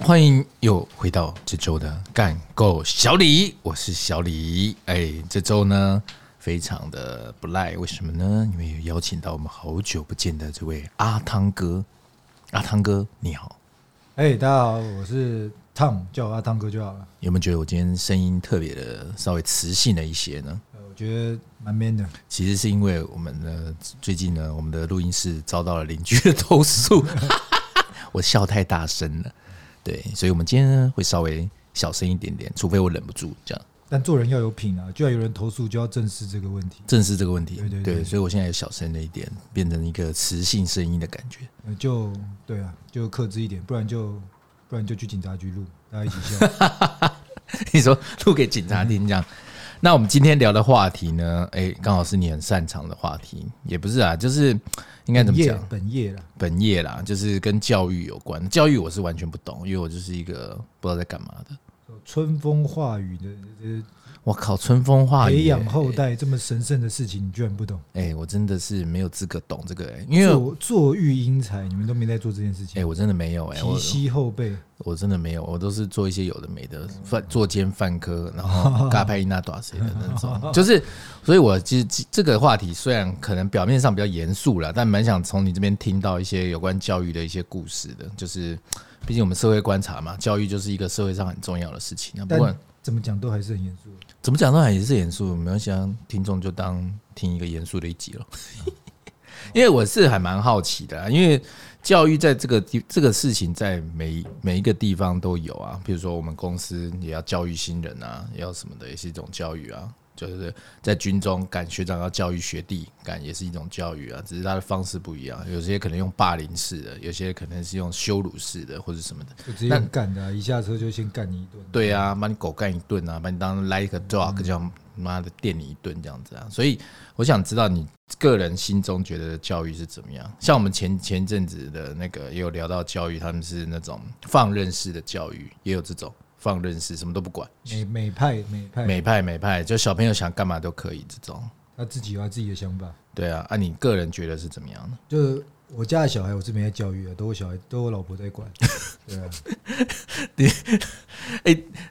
欢迎又回到这周的干够小李，我是小李。哎，这周呢非常的不赖，为什么呢？因为有邀请到我们好久不见的这位阿汤哥。阿汤哥，你好，哎、大家好，我是汤，叫我阿汤哥就好了。有没有觉得我今天声音特别的稍微磁性了一些呢？呃我觉得蛮 man 的，其实是因为我们呢，最近呢，我们的录音室遭到了邻居的投诉， 我笑太大声了，对，所以我们今天呢会稍微小声一点点，除非我忍不住这样但做人要有品啊，居然有人投诉，就要正视这个问题，正视这个问题。对对对所以我现在有小声了一点，变成一个磁性声音的感觉。 呃就对啊，就克制一点，不然就不然就去警察局录，大家一起笑。你说录给警察听这样。那我们今天聊的话题呢？哎，刚好是你很擅长的话题，也不是啊，就是应 该怎本么业讲？本业啦，本业啦，就是跟教育有关。教育我是完全不懂，因为我就是一个不知道在干嘛的。春风化雨的、呃我靠，春风化雨欸培耶、养后代这么神圣的事情，你居然不懂？哎、我真的是没有资格懂这个、哎，因为做做育英才，你们都没在做这件事哎、情，我真的没有哎、提我膝后背，我真的没有，我都是做一些有的没的，饭作奸犯科，然后嘎拍一那打谁的那种，就是，所以我其实这个话题虽然可能表面上比较严肃啦，但蛮想从你这边听到一些有关教育的一些故事的，就是毕竟我们社会观察嘛，教育就是一个社会上很重要的事情，那不管但怎么讲都还是很严肃。怎么讲都还是严肃，没关系啊，听众就当听一个严肃的一集了。 因为我是还蛮好奇的、啊，因为教育在这个地这个事情在每每一个地方都有啊，比如说我们公司也要教育新人啊，也要什么的，也是一种教育啊。就是在军中，干学长要教育学弟，干也是一种教育啊，只是他的方式不一样，有些可能用霸凌式的，有些可能是用羞辱式的，或者什么的。就直接那用干的、啊，一下车就先干你一顿。对啊，把你狗干一顿啊，把你当 like a dog 这样，妈的电你一顿这样子啊。所以我想知道你个人心中觉得的教育是怎么样？像我们前前阵子的那个也有聊到教育，他们是那种放任式的教育，也有这种放任式什么都不管，美美派美派，美派美派，就小朋友想干嘛都可以这种。他自己有他自己的想法。对啊，啊，你个人觉得是怎么样呢？就是我家的小孩，我是没在教育的，都我小孩，都我老婆在管。对啊，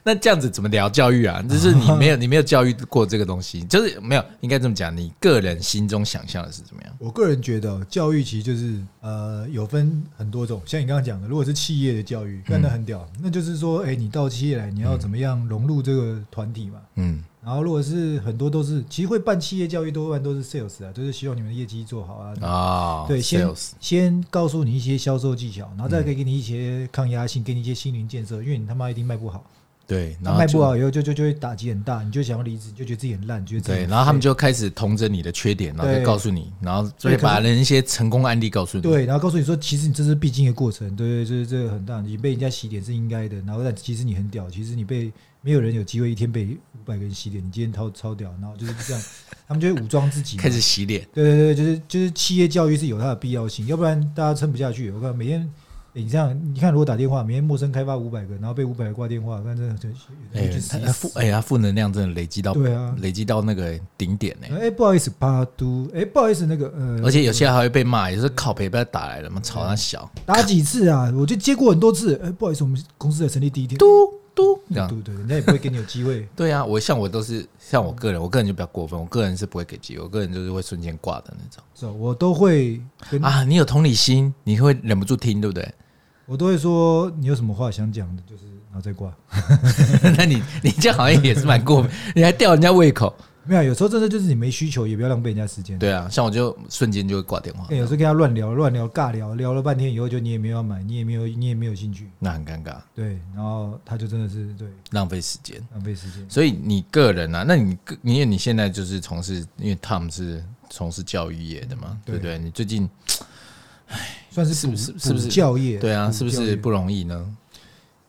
那这样子怎么聊教育 啊？就是你没有你没有教育过这个东西，就是没有应该这么讲，你个人心中想象的是怎么样？我个人觉得哦教育其实就是呃有分很多种，像你刚刚讲的，如果是企业的教育，干得很屌，那就是说，哎、你到企业来，你要怎么样融入这个团体嘛。嗯然后，如果是很多都是，其实会办企业教育，多半都是 sales 啊，就是希望你们的业绩做好啊，啊、对，先 sales 先告诉你一些销售技巧，然后再可以给你一些抗压性，给你一些心灵建设，因为你他妈一定卖不好，对，然那后卖不就好以后就就就会打击很大，你就想要离职，你就觉得自己很烂，觉得自己对，很然后他们废就开始同着你的缺点，然后就对告诉你，然后就所以会可是把人一些成功案例告诉你。对，然后告诉你说，其实你这是必经的过程，对，就是这个很大，你被人家洗脸是应该的，然后但其实你很屌，其实你被没有人有机会一天被五百个人洗脸，你今天超超屌，然后就是这样，他们就会武装自己嘛，开始洗脸。对对对，就是就是企业教育是有它的必要性，要不然大家撑不下去。我看每天，诶你这样，你看如果打电话，每天陌生开发五百个，然后被五百个挂电话，那真的就哎、他去死他负哎，他负能量真的累积到对啊，累积到那个顶点呢、哎、不好意思，巴都，哎、不好意思，那个呃，而且有些还会被骂，有时候靠北被他打来了嘛，吵他小打几次啊，我就接过很多次，哎、不好意思，我们公司才成立第一天，嘟嘟这样。。对对，人家也不会给你有机会对啊，我像我都是像我个人，我个人就比较过分，我个人是不会给机会，我个人就是会瞬间挂的那种是吧我都会跟、啊。你有同理心，你会忍不住听，对不 对？我都会说，你有什么话想讲的，就是然后再挂。那你你这样好像也是蛮过分，你还吊人家胃口。没有，有时候真的就是你没需求，也不要浪费人家时间。对啊，像我就瞬间就会挂电话欸，有时候跟他乱聊、乱聊、尬聊，聊了半天以后，就你也没有要买，你也没有，你也没有兴趣，那很尴尬，对，然后他就真的是对浪费时间。浪费时间。所以你个人啊，那你个因为你现在就是从事，因为 Tom 是从事教育业的嘛，对对不对？你最近算是是补不是是不是补教业？对啊，补是不教是业不容易呢？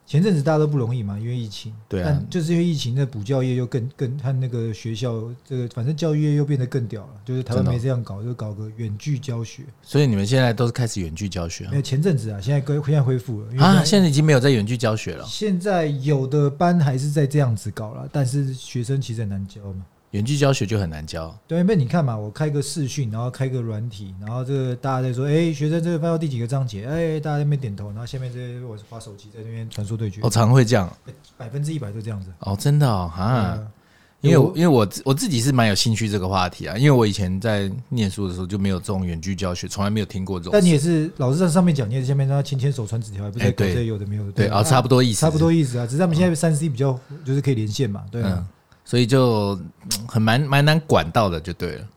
前阵子大家都不容易嘛，因为疫情。对啊但就是因为疫情，那补教业又更更和那个学校这个，反正教育业又变得更屌了。就是台湾真的哦没这样搞，就搞个远距教学。所以你们现在都是开始远距教学啊没有前阵子啊，现在恢现在恢复了。因为啊？现在已经没有在远哦距教学了现在有的班还是在这样子搞了，但是学生其实很难教嘛。远距教学就很难教。对，那你看嘛，我开个视讯，然后开个软体，然后这个大家在说，哎、学生这个翻到第几个章节？哎、大家在那边点头，然后下面这些我是划手机在那边传说对决我、，常哦会这样百分之一百都这样子。哦，真的哦，哈、嗯因为我我因为我自我自己是蛮有兴趣这个话题啊，因为我以前在念书的时候就没有这种远距教学，从来没有听过这种。但你也是老师在上面讲，你也是下面让他牵牵手、传纸条，还不是在哎搞对这有的没有的。对啊，差不多意思，差不多意思啊，只是他们现在三 C 比较就是可以连线嘛，对啊嗯。，所以就嗯很蛮蛮难管到的，就对了。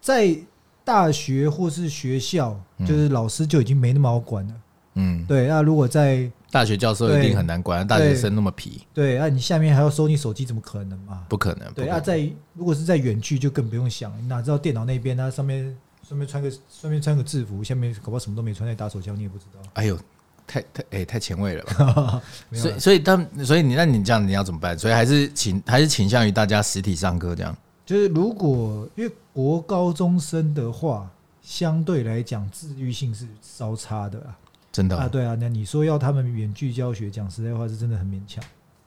在大学或是学校，嗯就是老师就已经没那么好管了。嗯，对，那如果在大学教授一定很难管，大学生那么皮，对，啊那你下面还要收你手机，怎么可能嘛？不可能。对不啊，可能在如果是在远距就更不用想，你哪知道电脑那边啊，上面上面穿个上面穿个制服，下面搞不好什么都没穿在打手枪，你也不知道。哎呦，太太哎、太前卫了吧？ 没有啊所啦以所以他们，所以你那你这样你要怎么办？所以还是倾还是倾向于大家实体上课这样。就是如果因为国高中生的话，相对来讲自律性是稍差的啦。真的啊，哦对啊，那你说要他们远距教学，讲实在话是真的很勉强。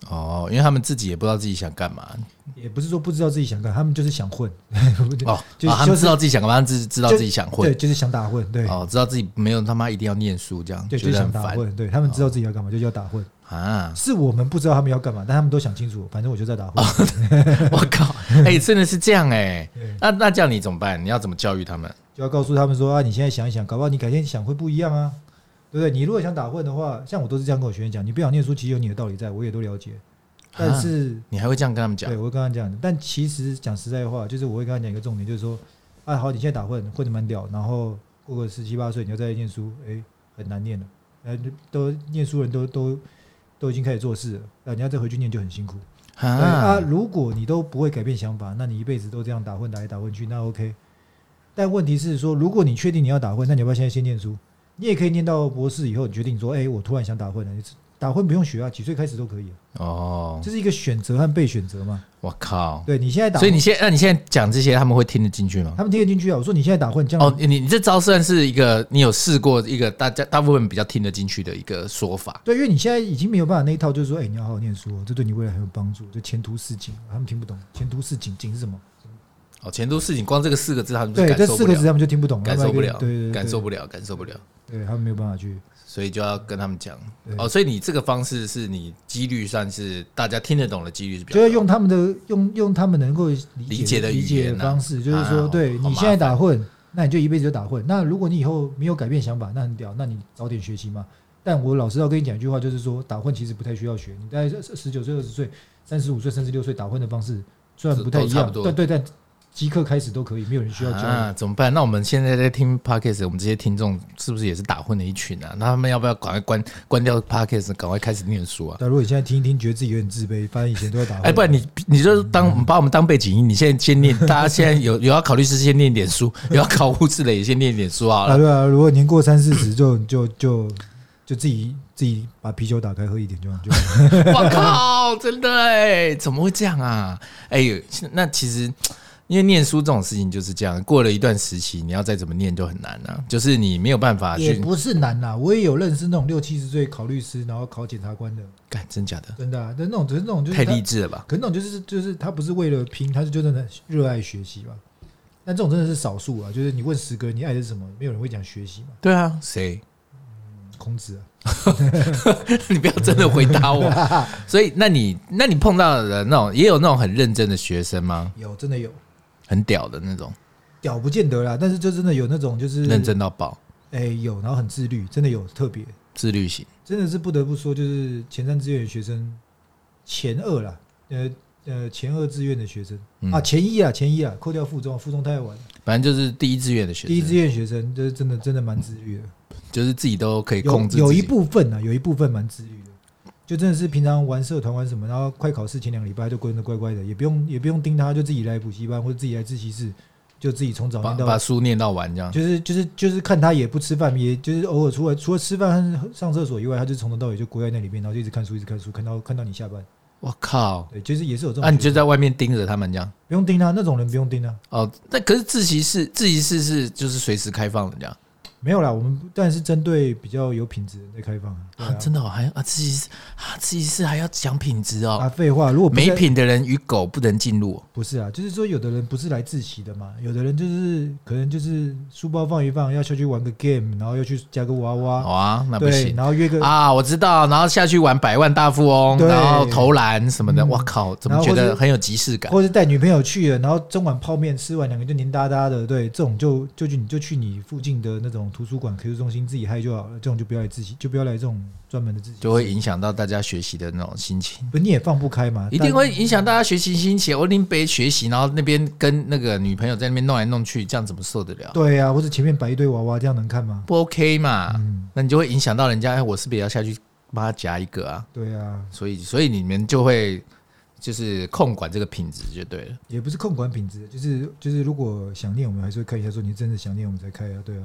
哦，因为他们自己也不知道自己想干嘛也不是说不知道自己想干，他们就是想 混，哦，就啊，他就们是知道自己想干嘛，他们知知道就自己想对，混，就是想打混，对，哦，知道自己没有他妈一定要念书这样，对，觉就是得想很打烦混，对他们知道自己要干嘛，就叫打混。啊！ 是我们不知道他们要干嘛，但他们都想清楚，反正我就在打哦混。我靠，哎，真的是这样哎 对，那那这样你怎么办？你要怎么教育他们？就要告诉他们说啊，你现在想一想，搞不好你改天想会不一样啊，对不对？你如果想打混的话，像我都是这样跟我学员讲，你不想念书，其实有你的道理在，我也都了解。啊但是，你还会这样跟他们讲对？我会跟他讲的，但其实讲实在话，就是我会跟他讲一个重点，就是说，啊，好，你现在打混，混得蛮屌，然后过个十七八岁，你要再念书，哎，很难念了，呃，都念书人都都都已经开始做事了，那你要再回去念就很辛苦。对啊，啊，如果你都不会改变想法，那你一辈子都这样打混打来打混去，那 OK。但问题是说，如果你确定你要打混，那你要不要现在先念书？你也可以念到博士以后，你决定说，哎、我突然想打混了，你打混不用学啊，几岁开始都可以、啊，哦，这是一个选择和被选择嘛。我靠！对你现在打所混，以你现那你现在讲这些，他们会听得进去吗？他们听得进去啊。我说你现在打混，这样、哦，你你这招算是一个你有试过一个大家大部分比较听得进去的一个说法。对，因为你现在已经没有办法那一套，就是说，哎、你要好好念书、哦，这对你未来很有帮助，就前途似锦。他们听不懂，前途似锦，锦是什么？哦，前途似锦，光这个四个字他们就对，感这受四不个字了，他们就听不懂，感受不了他们还可以对对，对，感受不了，感受不了，对他们没有办法去。所以就要跟他们讲。对哦，所以你这个方式是你几率算是大家听得懂的几率是比较就高要的，用他们的用用他们能够理理解的理语解言的啊方式，就是说，啊对好麻你现在打烦混，那你就一辈子就打混。那如果你以后没有改变想法，那很屌，那你早点学习嘛。但我老实要跟你讲一句话，就是说，打混其实不太需要学。你在十九岁、二十岁、三十五岁、三十六岁打混的方式，虽然都不太都一差样，不多但对，但即刻开始都可以，没有人需要教你。啊，怎么办？那我们现在在听 podcast，我们这些听众是不是也是打混的一群啊？那他们要不要赶快关关掉 podcast，赶快开始念书啊？但如果你现在听一听，觉得自己有点自卑，发现以前都在打混，哎，不然你你就当把我们当背景音，你现在先 念，大家现在有有要考律师先念点书，有要考护士的也先念点书好啊， 了。对啊，如果年过三四十，就就就就自己自己把啤酒打开喝一点就好就好。我靠，真的哎，怎么会这样啊？哎呦，那其实因为念书这种事情就是这样，过了一段时期，你要再怎么念就很难了、啊就是你没有办法也去不是难啦，我也有认识那种六七十岁考律师，然后考检察官的，干，真假的真的、啊，但那种只是那种就是太他励，志了吧？可能那种就是就是他不是为了拼，他是就真的热爱学习吧。但这种真的是少数啊，就是你问十个人你爱的是什么，没有人会讲学习嘛，对啊，谁？孔子啊， 你不要真的回答 我。所以，那你那你碰到的那种也有那种很认真的学生吗？有真的有，很屌的那种，屌不见得啦，但是就真的有那种就是认，真到爆，哎、有，然后很自律，真的有特别，自律型。真的是不得不说，就是前三志愿的学生前二啦，呃呃前二志愿的学生、嗯啊前一啊前一啊，扣掉附中，附中太晚了。反正就是第一志愿的学生，第一志愿学生就是真的真的蛮自律的，就是自己都可以控有制有自一己部分啊，有一部分蛮自律的，就真的是平常玩社团玩什么，然后快考试前两个礼拜就跟的乖乖的，也不用也不用盯他，就自己来补习班或者自己来自习室，就自己从早把念到把晚，书念到完这样。就是就是就是看他也不吃饭，也就是偶尔除了除了吃饭和上厕所以外，他就从头到尾就跪在那里面，然后就一直看书一直看书，看到看到你下班，我靠！对，就是也是有这种那、啊、学生，你就在外面盯着他们这样。不用盯他那种人不用盯他，哦，那可是自习室，自习室是就是随时开放的这样。没有啦，我们但是针对比较有品质的人在开放啊。对啊，真的哦，还啊，自习室啊，自习室还要讲品质啊，啊哦。废话，如果不没在品的人与狗不能进入。哦不是啊，就是说有的人不是来自习的嘛，有的人就是可能就是书包放一放，要下去玩个 game，然后又去夹个娃娃，好啊，那不对，行然后约 个，啊，我知道。然后下去玩百万大富翁，对然后投篮什么的，嗯哇靠，怎么然后觉或得是很有即视感？或者是带女朋友去了，然后中碗泡面吃完，两个就黏哒哒的，对，这种就就去你就去你附近的那种图书馆、Q 中心自己嗨就好了，这种就不要来自习，就不要来这种专门的自习室，就会影响到大家学习的那种心情，不你也放不开嘛，一但定会影响大家学习心情。我拎杯学习，然后那边跟那个女朋友在那边弄来弄去，这样怎么受得了？对啊，或者前面摆一堆娃娃，这样能看吗？不 OK 嘛？嗯，那你就会影响到人家，哎，我是不是也要下去帮他夹一个啊？对啊，所以，所以你们就会就是控管这个品质就对了。也不是控管品质，就是就是如果想念我们，还是会看一下，说你真的想念我们才开啊，对啊，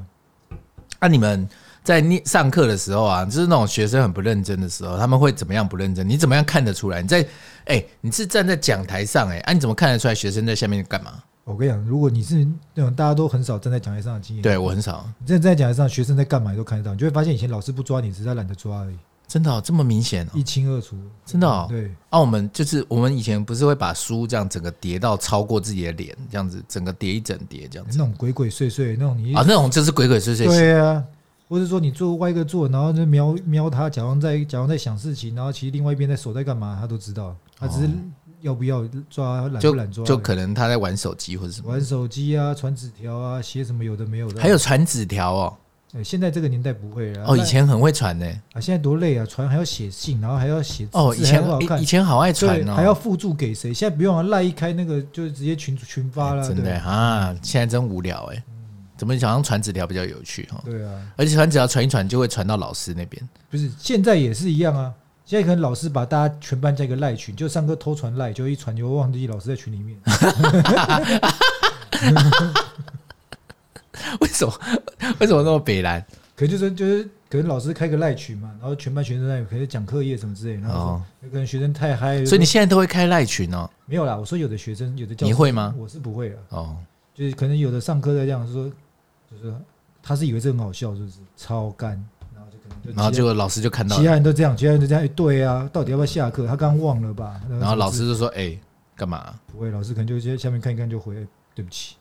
那、你们在念上课的时候啊，就是那种学生很不认真的时候，他们会怎么样不认真？你怎么样看得出来？你在哎、你是站在讲台上哎、啊，你怎么看得出来学生在下面干嘛？我跟你讲，如果你是那种大家都很少站在讲台上的经验，对我很少，你真的站在讲台上，学生在干嘛你都看得到，你就会发现以前老师不抓你，只是他懒得抓而已，真的、哦、这么明显哦。一清二楚，真的哦对，啊，我们就是我们以前不是会把书这样整个叠到超过自己的脸，这样子整个叠一整叠这样那子种鬼鬼祟祟，那种你一啊，那种就是鬼鬼祟祟型。对啊，或者说你坐歪个坐，然后就瞄瞄他，假装在假装在想事情，然后其实另外一边在手在干嘛，他都知道，他只是要不要抓，懒不懒抓哦就而已，就可能他在玩手机或者什么，玩手机啊，传纸条啊，写什么有的没有的。还有传纸条哦，哎、现在这个年代不会了。哦，那以前很会传呢、啊，现在多累啊，传还要写信，然后还要写字哦，以还前不好以看以，前好爱传对，哦，还要附注给谁？现在不用啊，赖一开那个就是直接群群发了，真的对啊，现在真无聊哎、怎么好像传纸条比较有趣哈、对啊，而且传纸条传一传就会传到老师那边， 不是现在也是一样啊。现在可能老师把大家全班加一个赖群，就上课偷传赖，就一传就忘记老师在群 里面。为什么？ 为什么那么北蓝？可能就是就是可能老师开个赖群嘛，然后全班学生在可能讲课业什么之类，然后哦说有可能学生太嗨，有所以你时现在都会开赖群哦？候没有啦。我说有的学生有的教你室会吗？我是不会啊，哦，就是可能有的上课在这样说，就是他是以为这很好笑，是不是？超干，然后就可能就然后结果老师就看到其了，他人都这样，其他人都这样，哎对啊，到底要不要下课？他刚忘了吧？然后老师就说：“哎、干嘛 不会，老师可能就在下面看一看就回，哎对不起，？”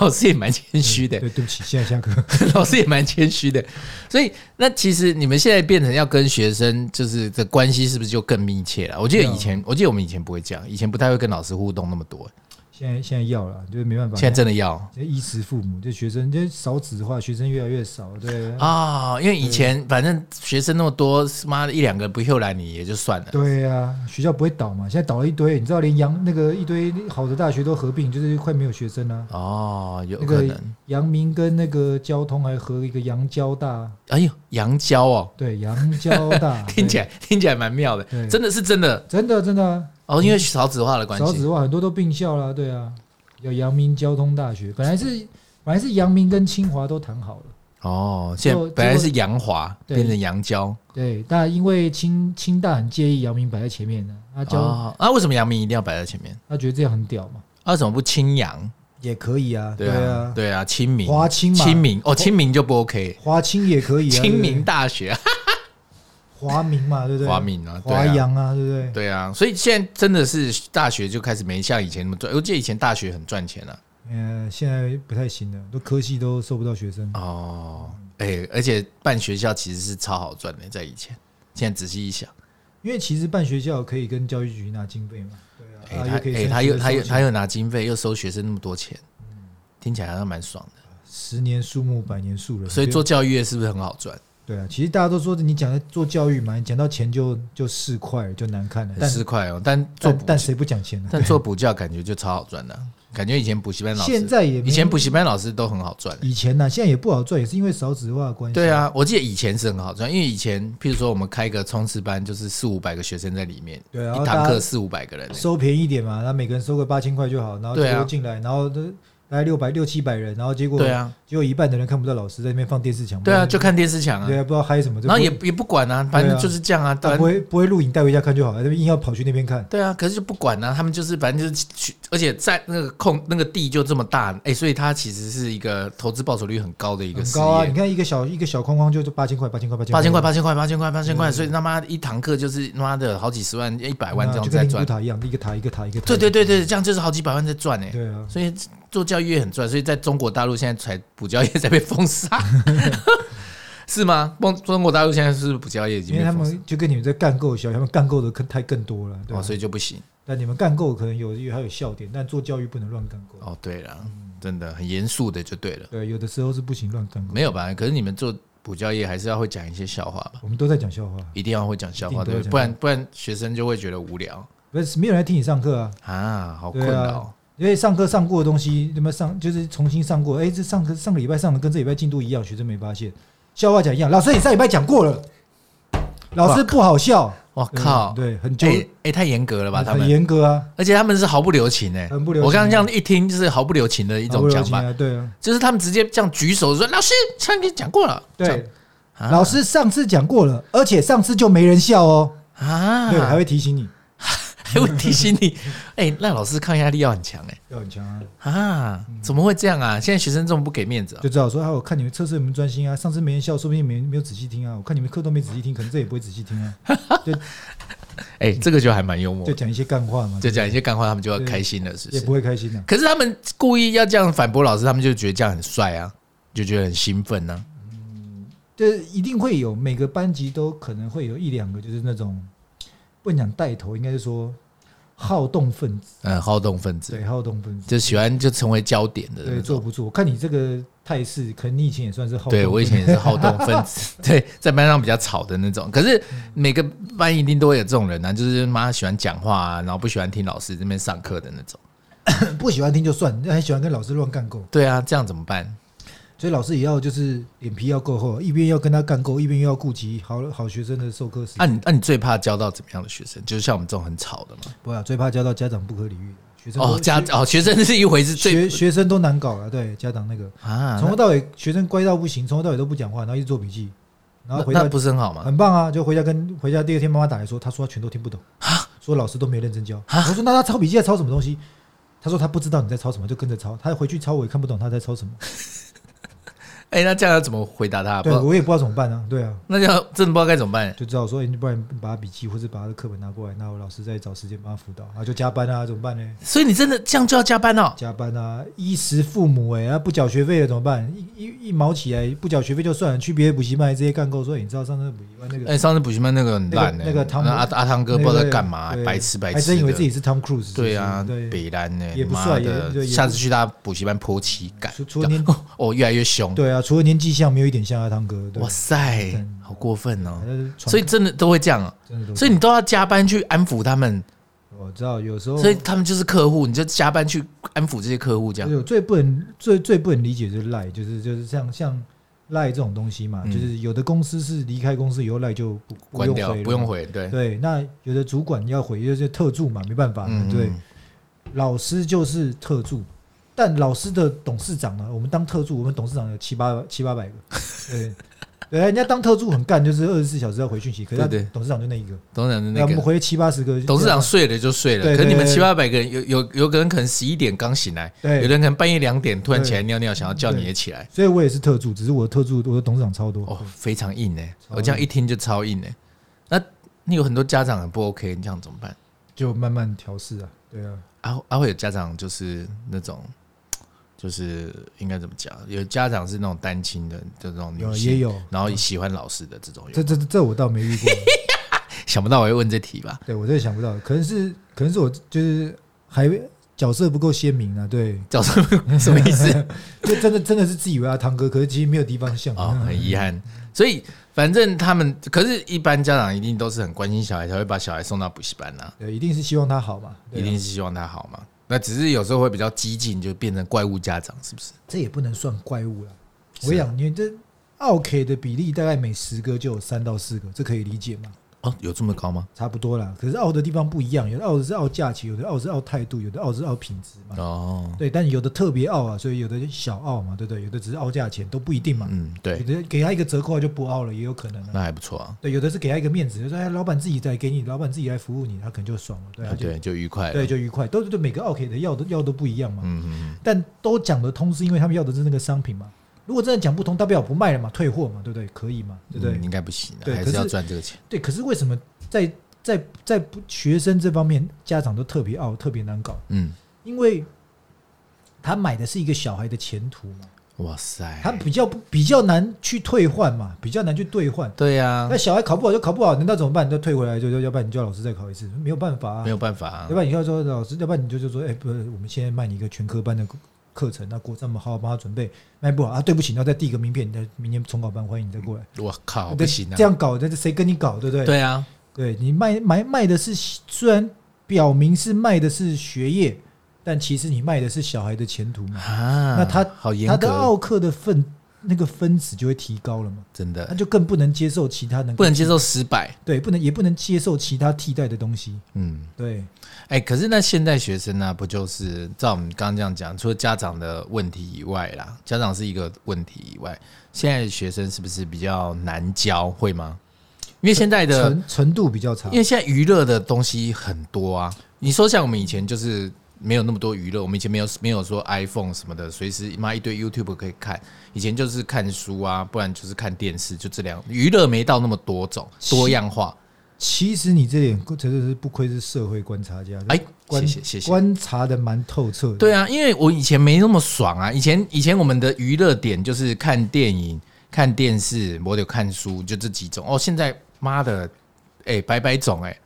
老师也蛮谦虚的，对对不起，现在下课。 老师也蛮谦虚的。所以那其实你们现在变成要跟学生就是的关系是不是就更密切了？我记得以前，我记得我们以前不会这样，以前不太会跟老师互动那么多，现在现在要了，就是没办法。现在真的要。这衣食父母，这学生这少子化，学生越来越少，对啊、因为以前反正学生那么多，妈的一两个不秀来你也就算了。对呀、学校不会倒嘛，现在倒了一堆，你知道连阳那个一堆好的大学都合并，就是快没有学生了、哦，有那可个能。阳明跟那个交通还合一个阳交大，哎呦，杨娇哦，对，阳交大 听起来听起来蛮妙的，对真的是真的对真的真的啊、哦，因为少子化的关少系。子化很多都并校了，对啊，有阳明交通大学，本来是本来是阳明跟清华都谈好了，哦，现就在本来是杨华对变成杨娇对，但因为清清大很介意阳明摆在前面的，他交、哦，啊，为什么杨明一定要摆在前面？他觉得这样很屌嘛，啊，为什么不清扬？也可以啊，对啊，对啊，清明，华清嘛，清明哦，清明就不 OK，华清也可以啊，清对不对明大学，华明嘛，对不对？华明啊，对华啊。阳啊，对不对？对啊，所以现在真的是大学就开始没像以前那么赚。我记得以前大学很赚钱啊。嗯、现在不太行了，都科系都收不到学生。哦，哎、而且办学校其实是超好赚的，在以前。现在仔细一想，因为其实办学校可以跟教育局拿经费嘛，对哎、啊，他啊又可以哎、申请他又他又收他钱又拿经费，又收学生那么多钱，听起来好像蛮爽的。十年树木，百年树人，所以不做教育业是不是很好赚？对啊，其实大家都说你讲的做教育嘛，你讲到钱就就市侩就难看了，很但市侩哦，但做但补但谁不讲钱呢？啊 但做补教感觉就超好赚的啊、感觉以前补习班老现师，在也没以前补习班老师都很好赚、以前呢、啊现在也不好赚，也是因为少子化的关系。对，啊，我记得以前是很好赚，因为以前譬如说我们开一个冲刺班，就是四五百个学生在里面，对啊然一后堂大家课四五百个人欸、收便宜一点嘛，然后每个人收个八千块就好，然后对啊就进来，然后都大概六百六七百人，然后结果对啊，结果一半的人看不到老师在那边放电视墙，对啊，不知就道看电视墙啊对，啊，不知道嗨什么，就然后也不也不管啊，反正就是这样啊，啊当不然会不会录影带回家看就好，了，硬要跑去那边看，对啊，可是就不管啊，他们就是反正就是去，而且在那个空那个地就这么大，哎，所以它其实是一个投资报酬率很高的一个很事高啊！你业。看一个小一个小框框就就八千块，八千块，八千块，八千块，八千块，八千块，八千块，嗯所以他妈一堂课就是他妈的好几十万、一百万这嗯啊样就在跟灵赚骨。塔一样，一个塔一个塔一个塔。对对对对，这样就是好几百万在赚哎、对啊！所以做教育也很赚，所以在中国大陆现在才补教业才被封杀， 是吗？中中国大陆现在是不是补教业已经被因为他封杀们就跟你们在干够学，他们干够的更太更多了，对吧啊哦，？所以就不行但你们干够可能有还有笑点，但做教育不能乱干够。哦。对了，真的很严肃的就对了，对，有的时候是不行乱干够。没有吧？可是你们做补教业还是要会讲一些笑话吧？我们都在讲笑话，一定要会讲笑话，一对定不都要对？讲不然不然学生就会觉得无聊不是没有人来听你上课啊，啊，好困对啊扰。因为上课上过的东西，那么上就是重新上过，哎，这上课上个礼拜上的跟这礼拜进度一样，学生没发现，笑话讲一样，老师你上礼拜讲过了，老师不好笑，我、靠！对，对很哎久哎、太严格了吧？他很们，严格啊，而且他们是毫不留情哎、很不留情啊我刚刚这样一听，就是毫不留情的一毫种不留讲情法，啊，对啊，就是他们直接这样举手说：“老师，上次讲过了。这样”对，啊，老师上次讲过了，而且上次就没人笑哦，啊，对，还会提醒你，还会提醒你， 哎、那老师抗压力要很强哎、要很强啊，啊，怎么会这样啊？现在学生这么不给面子啊？就知道说，啊，我看你们测试有没有专心啊，上次没人笑，说不定没没有仔细听啊，我看你们课都没仔细听，可能这也不会仔细听啊，哎、这个就还蛮幽默就，讲一些干话嘛，就讲一些干话，他们就要开心了，是不也是不？会开心的、啊，可是他们故意要这样反驳老师，他们就觉得这样很帅啊，就觉得很兴奋啊呢、这一定会有，每个班级都可能会有一两个，就是那种不能讲带头，应该是说好动分子，嗯，好动分子对，好动分子，就喜欢就成为焦点的对，那坐种。不住。我看你这个态势，可能你以前也算是好动分对子，我以前也是好动分子， 对，在班上比较吵的那种。可是每个班一定都会有这种人啊，就是妈喜欢讲话啊，然后不喜欢听老师这边上课的那种。 不喜欢听就算，还喜欢跟老师乱干够，对啊，这样怎么办？所以老师也要就是脸皮要够厚，一边要跟他干够，一边又要顾及好好学生的授课时那、啊间。你那、你最怕教到怎么样的学生？就是像我们这种很吵的嘛。不要最怕教到家长不可理喻的学生都哦，家哦学生是一回是最学学生都难搞了，对家长那个啊，从头到尾学生乖到不行，从头到尾都不讲话，然后一直做笔记，然后那回那家不是很好吗？很棒啊，就回家跟回家第二天妈妈打来说，她说她全都听不懂，啊说老师都没认真教。我说那他抄笔记在抄什么东西？她说她不知道你在抄什么，就跟着抄。她回去抄我也看不懂她在抄什么，哎、那这样要怎么回答他？不对知道，我也不知道怎么办啊，对啊。那就要真的不知道该怎么办。欸就知道说，哎、你不然你把他笔记或者把他的课本拿过来，那我老师再找时间帮他辅导，然后就加班啊，怎么办呢？所以你真的这样就要加班哦？加班啊，衣食父母哎、啊不缴学费了怎么办？一一一毛起来不缴学费就算了，去别的补习班这些干够。说、哎你知道上次补习班那哎、个、上次补习班那个很烂呢、那个那个汤姆阿阿汤哥不知道在干嘛、那个白痴白还真痴以为自的。己是 Tom Cruise，对啊是不是，对北兰呢、也不妈帅也的，对也不下次去他补习班泼漆感除，除了年哦，越来越凶，对啊，除了年纪像，没有一点像阿汤哥，对哇，塞真，哎好过分哦！所所以真的都会这样哦，真的都是，所以你都要加班去安抚他们，我知道有时候，所以他们就是客户，你就加班去安抚这些客户，这样有最不能最最不能理解就是赖，就是就是像像赖这种东西嘛，嗯就是有的公司是离开公司以后赖就不不关用掉回了不用回，对，对，那有的主管要回就是特助嘛，没办法，嗯，对，嗯老师就是特助。但老师的董事长呢？我们当特助，我们董事长有七八七八百个，对，对，人家当特助很干，就是二十四小时要回讯息，可是他对对董事长就那一个，董事长的那那我们个回七八十个，董事长睡了就睡了，对可对你们对七八百个人，有有有个人可能十一点刚醒来，有对的人可能半夜两点突然起来对尿尿，想要叫你也起来，所以我也是特助，只是我的特助我的董事长超多。哦，非常硬呢，超硬我这样一听就超硬呢。欸那你有很多家长很不 OK，你这样怎么办？就慢慢调试啊，对啊，啊啊，会有家长就是那种，就是应该怎么讲？有家长是那种单亲的这种女有性，哦也有，然后喜欢老师的这种有这这这我倒没遇过， 想不到我会问这题吧？对我真的想不到，可能是可能是我就是还角色不够鲜明啊，对，叫什么 什么意 思？就真的真的是自以为啊堂哥，可是其实没有地方像哦，嗯很遗憾。所以反正他们，可是一般家长一定都是很关心小孩，才会把小孩送到补习班呐、啊对，一定是希望他好嘛，对一啊定是希望他好嘛。那只是有时候会比较激进，就变成怪物家长，是不是？这也不能算怪物啦。是啊我跟你讲，你这 OK 的比例大概每十个就有三到四个，这可以理解嘛？哦，有这么高吗？差不多啦。可是傲的地方不一样，有的傲的是傲价钱，有的傲是傲态度，有的傲是傲品质嘛。哦，对，但有的特别傲啊，所以有的小傲嘛，对不对？有的只是傲价钱，都不一定嘛。嗯，有对，的给他一个折扣他就不傲了，也有可能啊。那还不错啊，对，有的是给他一个面子，就说哎，老板自己来给你，老板自己来服务你，他可能就爽了，对，他啊就对，就愉快了，对就愉快。都对，每个 OK 的要的要都不一样嘛，嗯，嗯但都讲得通，是因为他们要的是那个商品嘛。如果真的讲不通，大不了不卖了嘛，退货嘛，对不对？可以嘛，嗯，对不对？嗯应该不行的，对还可是是要赚这个钱，对，可是为什么在在在不学生这方面，家长都特别傲，特别难搞？嗯，因为他买的是一个小孩的前途嘛，哇塞，他比较不比较难去退换嘛，比较难去兑换。对呀那，小孩考不好就考不好，能那怎么办？就退回来，就就要不然你叫老师再考一次，没有办法啊。没要有办法啊不，然你要说老师，要不然你就就说，哎、不是，我们现在卖你一个全科班的课程，那国这么好好帮他准备，卖不好啊，对不起，那再递个名片，你再明年重考班欢迎你再过来。我靠，嗯对哦不行啊这，样搞，那谁跟你搞，对不对？对啊，对你卖卖卖的是，虽然表明是卖的是学业，但其实你卖的是小孩的前途嘛。啊，嗯那他好严他的格，奥克的分那个分子就会提高了嘛，真他的就更不能接受其他能不能接受失败，对，不能也不能接受其他替代的东西。嗯。对，哎、可是那现代学生呢、啊不就是照我们刚刚这样讲，除了家长的问题以外啦，家长是一个问题以外，现在的学生是不是比较难教，会吗？因为现在的，程程度比较差因。为现在娱乐的东西很多啊。你说像我们以前就是没有那么多娱乐，我们以前没有没有说 iPhone 什么的，随时妈一堆 YouTube 可以看。以前就是看书啊，不然就是看电视，就这两娱乐没到那么多种多样化。其实你这点真的是不愧是社会观察家，哎，观谢谢谢谢。观察的蛮透彻的。对啊，因为我以前没那么爽啊，以前以前我们的娱乐点就是看电影、看电视，我有看书，就这几种。哦，现在妈的，哎、百百种哎、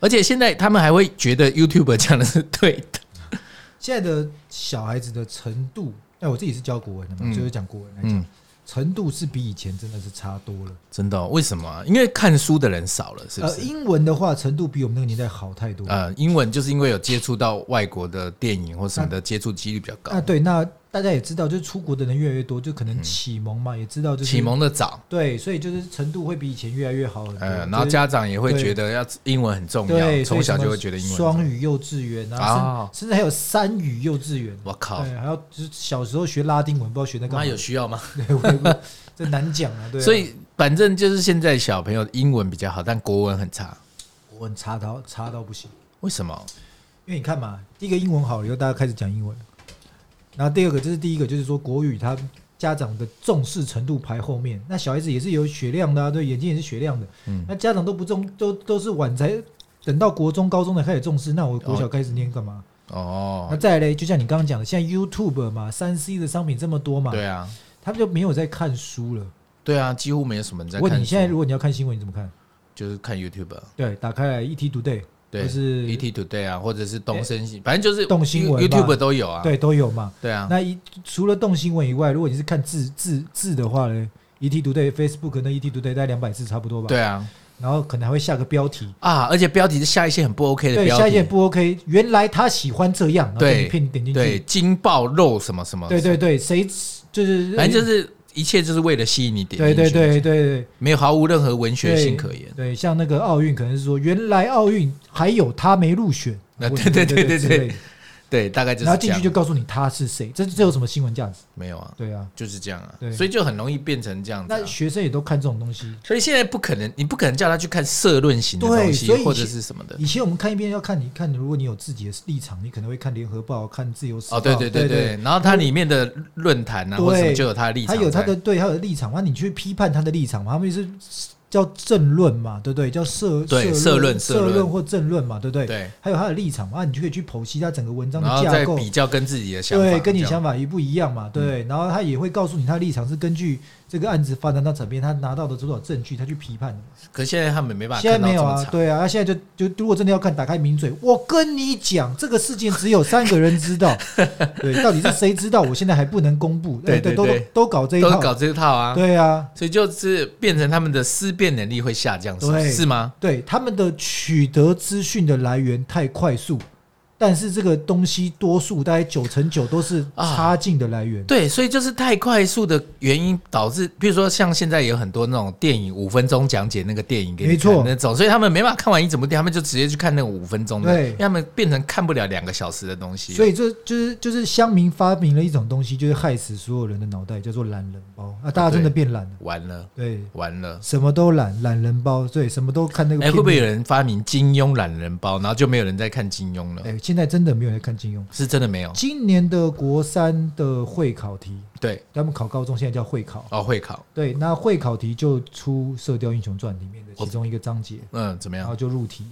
而且现在他们还会觉得 YouTube 讲的是对的，现在的小孩子的程度，哎，我自己是教国文的嘛，嗯就是讲国文来讲嗯，，程度是比以前真的是差多了。真的哦、为什么啊、因为看书的人少了，是不呃，是？英文的话程度比我们那个年代好太多。呃，英文就是因为有接触到外国的电影或什么的，接触几率比较高那，对，那大家也知道，就是出国的人越来越多，就可能启蒙嘛，也知道就嗯是启蒙的早，对，所以就是程度会比以前越来越好很多。呃，然就后是家长也会对觉得要英文很重要，对，所以从小什么就会觉得英文很重双要。语幼稚园啊啊，甚甚至还有三语幼稚园。我靠，对，还有就是小时候学拉丁文，不知道学那干妈嘛。有需要吗？ 对，我也不这难讲啊。对啊，所以反正就是现在小朋友英文比较好，但国文很差。国文差到差到不行。为什么？因为你看嘛，第一个英文好了以后，大家开始讲英文，然后第二个这是第一个，就是说国语它家长的重视程度排后面，那小孩子也是有血量的、啊，对，眼睛也是血量的，嗯那家长都不重，都都是晚才等到国中、高中才开始重视，那我国小开始念干嘛？那哦，再来嘞，就像你刚刚讲的，现在 YouTube 嘛，三 C 的商品这么多嘛，对啊，他们就没有在看书了。对啊，几乎没有什么人在问看你现在如书，果你要看新闻，你怎么看？就是看 YouTube，啊对，打开来 ET Today，对，就是 ET Today 啊，或者是东森新，反正就是动新闻吧 YouTube 都有啊。对，都有嘛。对啊，那一除了动新闻以外，如果你是看字字字的话呢，ET 读对 Facebook 那 ET 读对大概两百字差不多吧。。对啊，然后可能还会下个标题，啊，而且标题是下一些很不 OK 的对，标下一页题，不 OK，原来他喜欢这样，然后对就一片点进对，去。惊爆肉什么什么，对对对，谁就是反正就是一切就是为了吸引你点对进对去，对对对没有毫无任何文学对，性可言。对，像那个奥运，可能是说原来奥运还有他没入选，那啊对对对对之类的，对，大概就是然这后进样去就告诉你他是谁，这这有什么新闻价值？没有啊，对啊，就是这样啊，对所以就很容易变成这样子啊。那学生也都看这种东西，所以现在不可能，你不可能叫他去看社论型的对东西所以以前或者是什么的。以前我们看一遍要看你看，如果你有自己的立场，你可能会看联合报、啊看自由时报。哦，对对对对对，然后它里面的论坛啊，或者什么对就有他的立他场在，有他的对，他有立场嘛，你去批判他的立场嘛，他们是叫政论嘛，对不对？叫社对社社论社社论论或政论嘛，对不对？对，还有他的立场嘛，啊你就可以去剖析他整个文章然的后架再构，比较跟自己的想法，对，跟你这样嗯想法一不一样嘛，对。然后他也会告诉你，他的立场是根据这个案子发展到怎边，他拿到的多少证据，他去批判的嘛。可现在他们没办法现在看到没这有么啊，长，对啊，他现在就就如果真的要看，打开名嘴，我跟你讲，这个事件只有三个人知 道，对，到底是谁知道，我现在还不能公布，对哎对都对都搞这一都套，搞这套啊，对啊，所以就是变成他们的思辨能力会下降，是对是吗？对，他们的取得资讯的来源太快速，但是这个东西多数大概九成九都是啊差劲的来源。对，所以就是太快速的原因导致，比如说像现在有很多那种电影五分钟讲解那个电影给你没错看那种，所以他们没办法看完一整部电影，他们就直接去看那个五分钟的，对因为他们变成看不了两个小时的东西。所以这就是就是乡民发明了一种东西，就是害死所有人的脑袋，叫做懒人包啊！大家真的变懒了，完了，对，完了。什么都懒，懒人包，对，什么都看那个哎、片会面。不会有人发明金庸懒人包，然后就没有人在看金庸了？哎、现在真的没有人在看金庸。是真的没有？今年的国三的会考题，对，他们考高中现在叫会考，哦，会考，对，那会考题就出《射雕英雄传》里面的其中一个章节，嗯，怎么然后样？就入题。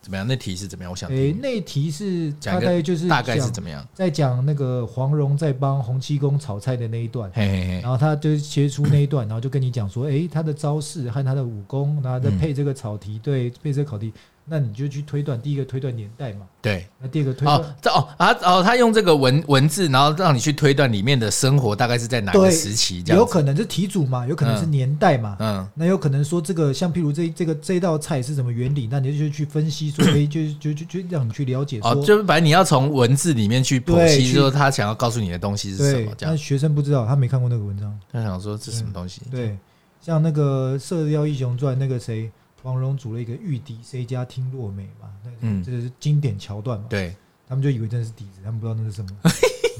怎么样？那题是怎么样？我想诶、听，那题是讲一大个概就是大概是讲怎么样？在讲那个黄蓉在帮洪七公炒菜的那一段，嘿嘿嘿，然后他就切出那一段，然后就跟你讲说，诶，他的招式和他的武功，然后再配这个考题，对，配这个考题，那你就去推断，第一个推断年代嘛，对，那第二个推断、哦，这哦啊哦，他用这个文文字，然后让你去推断里面的生活大概是在哪个对时期这有样子。可能是题组嘛，有可能是嗯年代嘛，嗯，那有可能说这个像譬如这这个这道菜是什么原理，那你就去分析说， 诶，就就就就让你去了解说，哦，就是反正你要从文字里面去剖对析，去说他想要告诉你的东西是什对么，，这那样。学生不知道，他没看过那个文章。他想说这是什么东西？对，像那个《射雕英雄传》那个谁，王蓉组了一个玉笛，谁家听落梅嘛，那嗯这是经典桥段嘛。对，他们就以为那是笛子，他们不知道那是什么。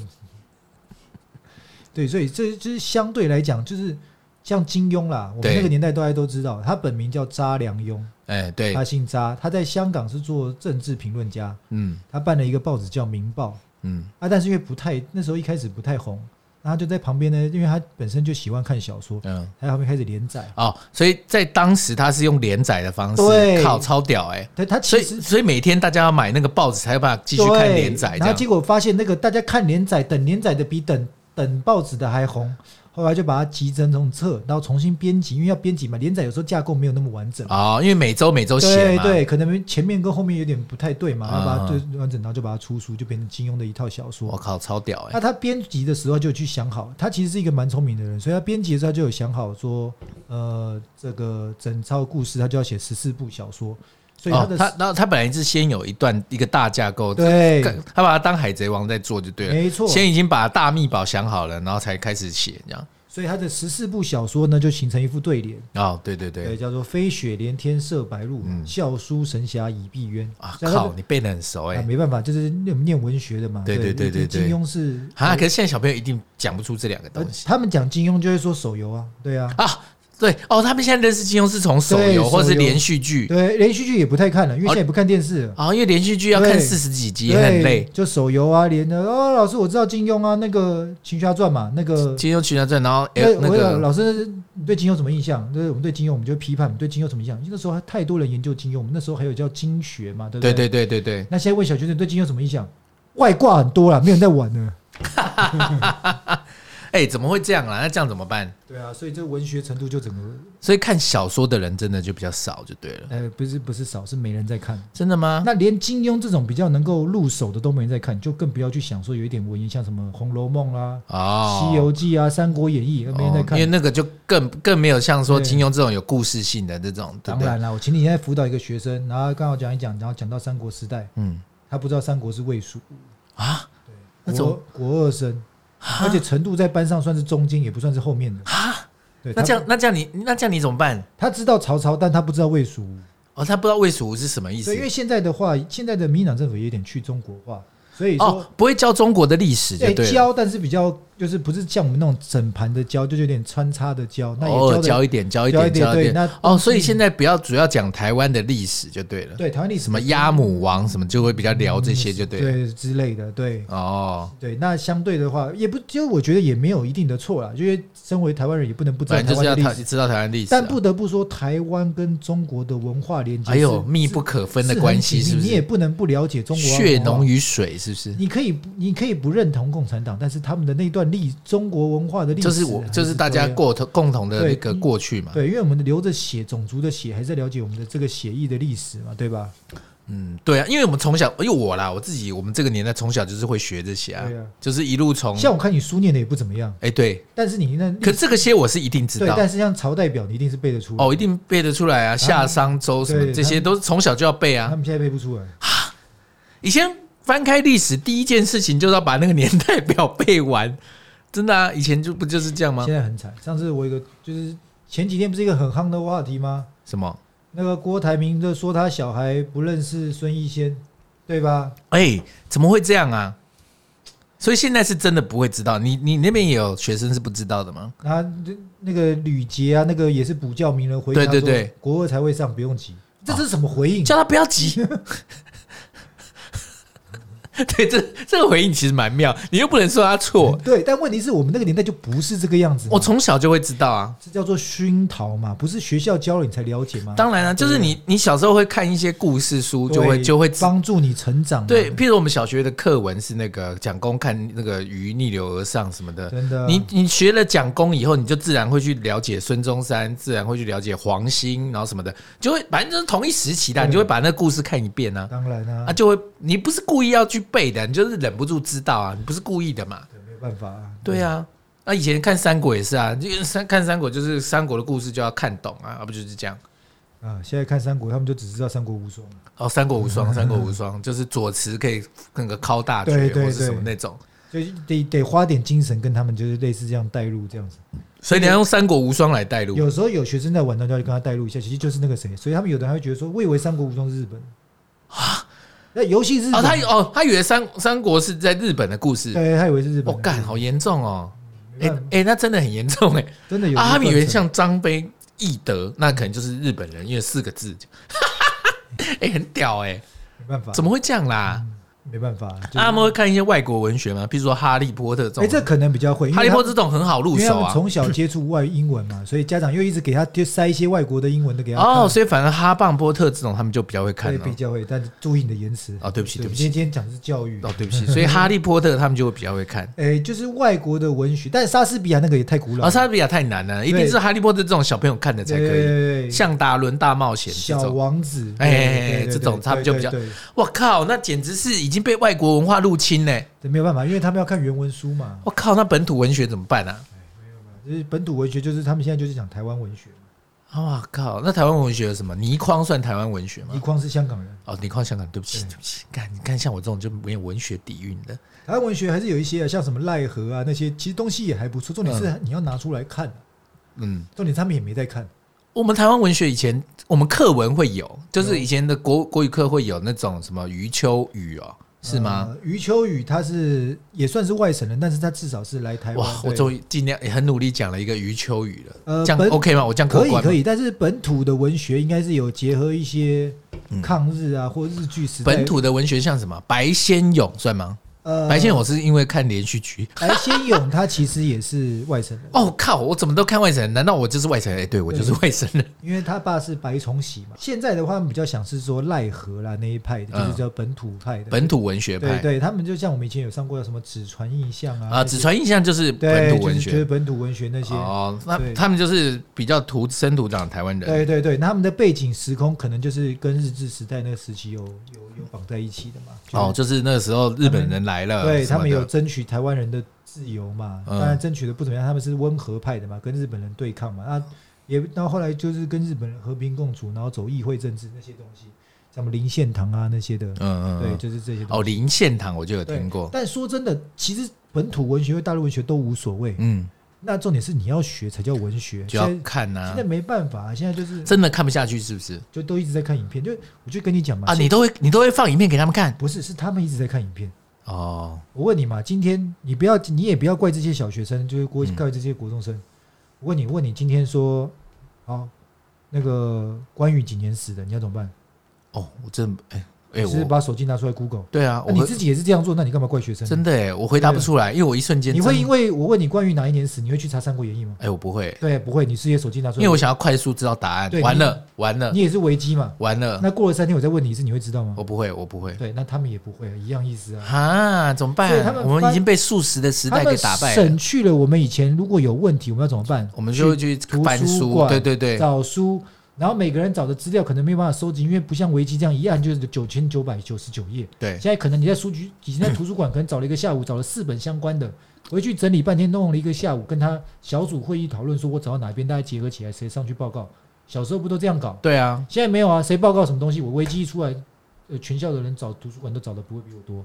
对，所以这就是相对来讲，就是像金庸啦，我们对那个年代大家都知道，他本名叫查良镛，哎，对他，姓查，他在香港是做政治评论家，嗯他办了一个报纸叫《明报》。嗯，啊，但是因为不太那时候一开始不太红，然后他就在旁边呢，因为他本身就喜欢看小说，嗯，他在旁边开始连载。哦，所以在当时他是用连载的方式，对靠，超屌哎！他他所其以实所以每天大家要买那个报纸，才有办法继续看对连载这然后样。结果发现那个大家看连载，等连载的比等等报纸的还红。后来就把它集整成册，然后重新编辑，因为要编辑嘛，连载有时候架构没有那么完整，哦，因为每周每周写对嘛，对，可能前面跟后面有点不太对嘛，然后把它嗯对完整，然后就把它出书，就变成金庸的一套小说。我靠，超屌哎！那他编辑的时候就有去想好，他其实是一个蛮聪明的人，所以他编辑的时候他就有想好说，呃，这个整套故事他就要写十四部小说，所以他哦的、，他然后他本来是先有一段一个大架构，对，干他把它当海贼王在做就对了。没错，先已经把大秘宝想好了，然后才开始写这样。所以他的十四部小说呢就形成一副对联，哦，对对对，对，叫做“飞雪连天射白鹿，嗯笑书神侠倚碧鸳”啊所以他靠，就！你背得很熟哎、啊，没办法，就是念念文学的嘛，对对对对对金对金庸是啊！可是现在小朋友一定讲不出这两个呃东西他们讲金庸就会说手游啊，对啊，啊。对哦，他们现在认识金庸是从手对手游游或是连续剧对，连续剧也不太看了，因为现在也不看电视了。啊、因为连续剧要看对四十几集也对，很累。就手游啊，连的哦，老师我知道金庸啊，那个《秦侠传》嘛，那个金庸群侠传，然后哎那那我有个老师你对金庸什么印象？就是我们对金庸，我们就批判，我们对金庸什么印象？因为那时候还太多人研究金庸，我们那时候还有叫金学嘛，对不对对对对对对，那现在问小学生对金庸什么印象？外挂很多啦，没有人在玩呢。哎、怎么会这样啊？那这样怎么办？对啊，所以这文学程度就整个所以看小说的人真的就比较少，就对了。呃，不是不是少，是没人在看。真的吗？那连金庸这种比较能够入手的都没人在看，就更不要去想说有一点文言，像什么《红楼梦》啦、哦，西游记》啊、《三国演义》，都没人在哦看。因为那个就更更没有像说对金庸这种有故事性的这种，对当不对？然啦，我前几天在辅导一个学生，然后刚好讲一讲，然后讲到三国时代，嗯他不知道三国是魏蜀，啊那国怎么国二生，而且程度在班上算是中间，也不算是后面的。啊，对，那他这样那这样你那这样你怎么办？他知道曹操，但他不知道魏蜀。哦，他不知道魏蜀吴是什么意思对，因为现在的话，现在的民进党政府也有点去中国化，所以说哦，不会教中国的历史就对对了，教，但是比较就是不是像我们那种整盘的教，就是有点穿插的教，那偶也尔教教的一点哦教一教一点点教一对，点。那哦，所以现在不要主要讲台湾的历史就对了，对台湾历史什么鸭母王什么就会比较聊这些就对了。对之类的，对。哦，对，那相对的话，也不，就我觉得也没有一定的错啦，因为身为台湾人，也不能不知道反正台就是要湾的台历史。知道台湾历史啊。但不得不说，台湾跟中国的文化连接是，还有密不可哎分的关系，是是很不紧密你也是？不能不了解中国啊文化血浓。于水，是不是？你可以不，你可以不认同共产党，但是他们的那段历中国文化的历就史还是是都我有，，就是大家共同共同的那对个嗯过去嘛。对，因为我们流着血，种族的血，还是在了解我们的这个血裔的历史嘛，对吧？嗯，对啊，因为我们从小，因为我啦，我自己，我们这个年代从小就是会学这些啊，对啊就是一路从，像我看你书念的也不怎么样，哎，对，但是你那可这个些我是一定知对，道，但是像朝代表，你一定是背得出来。哦，一定背得出来啊，夏商周什么对这些他们都是从小就要背他啊。们现在背不出来。以前翻开历史，第一件事情就是要把那个年代表背完。真的啊，以前就不就是这样吗现？在很惨。上次我有一个就是前几天不是一个很夯的话题吗？什么？那个郭台铭就说他小孩不认识孙逸仙，对吧？哎、怎么会这样啊？所以现在是真的不会知道。你你那边也有学生是不知道的吗？然后啊那那个吕杰啊，那个也是补教名人回答对对说对，国二才会上，不用急。这是什么回应？叫他不要急。 对，这这个回应其实蛮妙，你又不能说他错。对，但问题是我们那个年代就不是这个样子嘛。我从小就会知道啊。这叫做熏陶嘛，不是学校教了你才了解吗？当然了、就是你你小时候会看一些故事书，就会对就会知帮助你成长嘛。啊对，譬如我们小学的课文是那个蒋公看那个鱼逆流而上什么的，真的啊你你学了蒋公以后，你就自然会去了解孙中山，自然会去了解黄兴，然后什么的，就会反正就是同一时期的，对你就会把那个故事看一遍呢、当然啊，啊，就会你不是故意要去背的，你就是忍不住知道啊，你不是故意的嘛，对，没有办法啊。对啊。那、以前看三国也是啊，就三看三国就是三国的故事就要看懂啊，而不就是这样。啊，现在看三国，他们就只知道三国无双。哦，三国无双，三国无双就是左慈可以那个靠大嗯对绝对或是什么对那种。所以得得花点精神跟他们就是类似这样带入这样子。所以你要用三国无双来带入。有时候有学生在玩，那就要跟他带入一下，其实就是那个谁。所以他们有的人还会觉得说，我以为三国无双是日本啊，那游戏是日哦，本，他哦，他以为三三国是在日本的故事。对，他以为是日我本的，哦干、好严重哦！没哎办法哎、那真的很严重哎、真啊的有啊，他们以为这个像张飞、翼德，那可能就是日本人，因为四个字。 哎、很屌哎、没办法，怎么会这样啦？没办法？嗯就是啊他们会看一些外国文学吗？譬如说《哈利波特》这种，哎，这可能比较会，因哈利为他波特》这种很好入因为他手们啊。从小接触外英文嘛，所以家长又一直给他就塞一些外国的英文的给他哦，看所以反而哈棒波特这种他们就比较会看啊对，了、比较会，但是注意你的言辞哦对不起对不起今天今天讲的是教育哦。对不起，所以哈利波特他们就会比较会 看。诶，就是外国的文学，但莎士比亚那个也太古而老了，哦莎士比亚太难了，一定是哈利波特这种小朋友看的才可以。以像达伦大冒险这小种，王子，哎对哎哎对对这对种他们就对比较对对我靠，那简直是已经被外国文化入侵嘞！对没有办法，因为他们要看原文书嘛。我靠，那本土文学怎么办啊？就是本土文学，就是他们现在就是讲台湾文学嘛。我靠，那台湾文学有什么？倪匡算台湾文学倪吗？匡是香港人，哦，倪匡香港，对不起，对对不起，看你看像我这种就没有文学底蕴的，台湾文学还是有一些啊，像什么奈何啊那些，其实东西也还不错。重点是你要拿出来看，嗯。重点他们也没在看。我们台湾文学以前，我们课文会有，就是有以前的国国语课会有那种什么余秋雨哦，是吗？呃？余秋雨他是也算是外省人，但是他至少是来台湾。哇，我对终于尽量也很努力讲了一个余秋雨了，呃这样本 OK 吗？我这样可过以关吗可？以，但是本土的文学应该是有结合一些抗日啊、或日剧时嗯代本土的文学像什么？白先勇算吗？呃白先勇是因为看连续剧。白先勇他其实也是外省人，哦靠！我怎么都看外省人？难道我就是外省人？哎、对我就是外省人。因为他爸是白崇禧嘛。现在的话，他们比较想是说奈何啦那一派的，就是嗯叫本土派的。本土文学对派对，他们就像我们以前有上过什么纸船印象啊，啊，那些只传印象就是对，本土文就是就是学。本土文学那些。哦，那对他们就是比较土生土长的台湾人。对对对，那他们的背景时空可能就是跟日治时代那个时期有有有绑在一起的嘛。就是哦，就是那个时候日本人来了，对什他么们的有争取台湾人的自由嘛，嗯当然争取的不怎么样，他们是温和派的嘛，跟日本人对抗嘛，那也到后来就是跟日本人和平共处，然后走议会政治那些东西，像什么林献堂啊那些的，嗯哦嗯对，嗯。就是这些东西。哦，林献堂我就有对听过。但说真的，其实本土文学和大陆文学都无所谓，嗯，那重点是你要学才叫文学。就现要在看啊呐、现在没办法，啊现在就是真的看不下去是不是？就都一直在看影片，就我就跟你讲嘛，啊，现你都会你都会放影片给他们看不是是他们一直在看影片。哦。我问你嘛，今天你不要，你也不要怪这些小学生，就是国嗯怪这些国中生。我问你，问你今天说，好，那个关羽几年死的，你要怎么办？哦，我真的哎哎、你是不是我把手机拿出来 Google？对啊，那我你会自己也是这样做，那你干嘛怪学生？真，的哎，我回答不出来，因为我一瞬间你会真因为我问你关羽哪一年死，你会去查《三国演义》吗？哎、我不会，对，不会，你直接手机拿出因为来，我想要快速知道答案。对完你了，完了你，也是维基嘛。完了，那过了三天我再问你一次，你会知道吗我？不会，我不会。对，那他们也不会，一样意思啊。啊，怎么办所以他？们我们翻已经被素食的时代他给们打败了省，去了我们以前如果有问题，我们要怎么办？我们就会去图翻书书，馆对对对，找书，然后每个人找的资料可能没有办法收集，因为不像维基这样一按就是九千九百九十九页。对现在可能你在书局，以前在图书馆，可能找了一个下午，找了四本相关的，回去整理半天，弄了一个下午，跟他小组会议讨论，说我找到哪边，大家结合起来，谁上去报告。小时候不都这样搞？对啊，现在没有啊，谁报告什么东西，我维基一出来，呃全校的人找图书馆都找的不会比我多。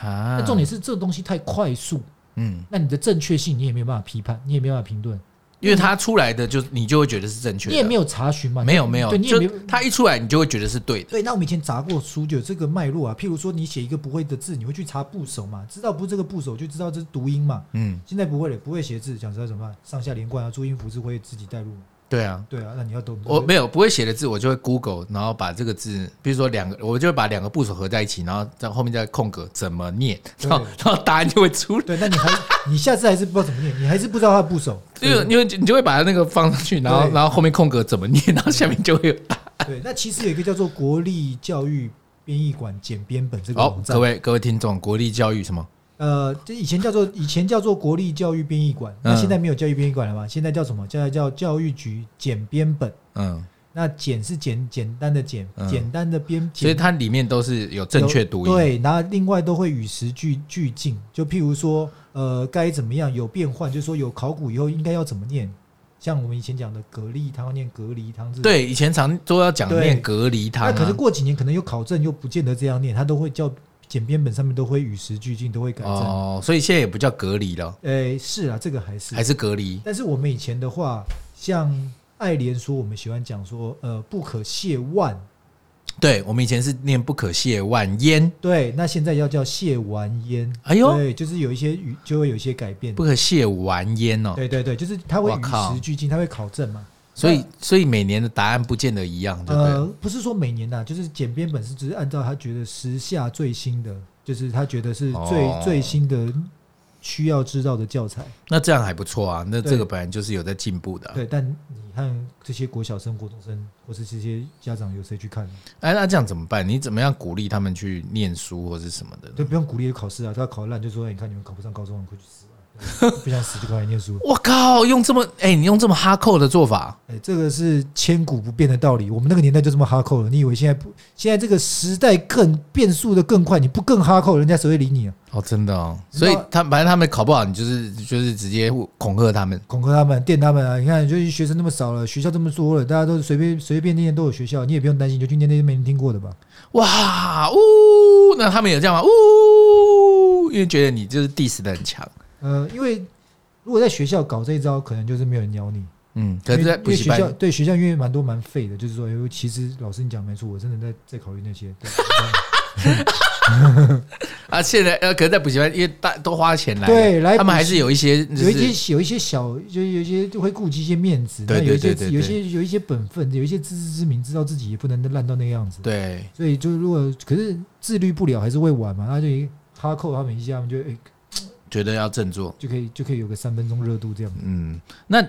啊那重点是这个东西太快速，嗯，那你的正确性你也没有办法批判，你也没有办法评论，因为它出来的就你就会觉得是正确你的，也没有查询嘛？没有没有，对，你也没有就。它一出来你就会觉得是对的。对，那我们以前查过书就有这个脉络啊，譬如说你写一个不会的字，你会去查部首嘛，知道不是这个部首就知道这是读音嘛。嗯，现在不会了，不会写字，想知道怎么办？上下连贯啊，注音符是会自己带入嘛。对啊，对啊，那你要懂。我没有不会写的字，我就会 Google，然后把这个字，比如说两个，我就会把两个部首合在一起，然后在后面再空格怎么念，然后然后答案就会出来。对，那你还你下次还是不知道怎么念，你还是不知道它的部首。因为因为你就会把那个放上去，然后对然后后面空格怎么念，然后下面就会有。 对，那其实有一个叫做国立教育编译馆简编本这个好网，站各，位各位听众，国立教育什么？呃，这以前叫做以前叫做国立教育编译馆，嗯那现在没有教育编译馆了嘛？现在叫什么？现在叫教育局简编本。嗯，那简是简简单的简，嗯简单的编，所以简它里面都是有正确读音。，对，然后另外都会与时俱俱进，就譬如说，呃，该怎么样有变换，就是说有考古以后应该要怎么念，像我们以前讲的蛤蜊汤要念蛤蜊汤是，对，以前常都要讲对念隔离汤、那啊，可是过几年可能有考证，又不见得这样念，它都会叫简编本上面都会与时俱进，都会改正。呃、哦，所以现在也不叫隔离了，是啊，这个还是，还是隔离。但是我们以前的话，像爱莲说，我们喜欢讲说，呃，不可亵玩。对我们以前是念不可亵玩焉，对，那现在要叫谢完焉。哎呦对，就是有一些语就会有一些改变不。可亵玩焉哦。对对对，就是它会哇靠与时俱进，它会考证嘛。所以所以每年的答案不见得一样，对不对？呃，不是说每年呐、就是简编本是只是按照他觉得时下最新的，就是他觉得是最、哦最新的需要知道的教材。那这样还不错啊，那对这个本来就是有在进步的啊、对，但你看这些国小生、国中生，或是这些家长，有谁去看呢？哎，那这样怎么办？你怎么样鼓励他们去念书或是什么的呢？就不用鼓励考试啊，他考烂就说，哎你看你们考不上高中，你快去死吧！不想死就快来念书。我靠，用这么哎、你用这么哈扣的做法，哎，这个是千古不变的道理。我们那个年代就这么哈扣了，你以为现在不？现在这个时代更变速的更快，你不更哈扣，人家谁会理你啊？哦，真的哦。你知所道以他反正他们考不好，你就是就是直接恐吓他们。恐吓他们、电他们啊！你看，就是学生那么少了，学校这么多了，大家都随便随便念念都有学校，你也不用担心，就去念那些没人听过的吧。哇，呜，那他们有这样吗？呜，因为觉得你就是 diss 的很强。呃，因为如果在学校搞这一招，可能就是没有人鸟你。嗯，可是在因为补因为习学校班，对学校因为蛮多蛮废的，就是说，哎呦，其实老师你讲没错，我真的在在考虑那些。 对啊，现在呃，可是在补习班，因为大都花钱来，对来他们还是有一些，就有一是些有一些小，就有一些就会顾及一些面子，对那有一对对些对有一些有一些本分，有一些自知之明，知道自己也不能烂到那个样子。对，所以就如果可是自律不了，还是会玩嘛，那就一哈扣他们一下，他们就哎、觉得要振作。就可以就可以有个三分钟热度这样。嗯，那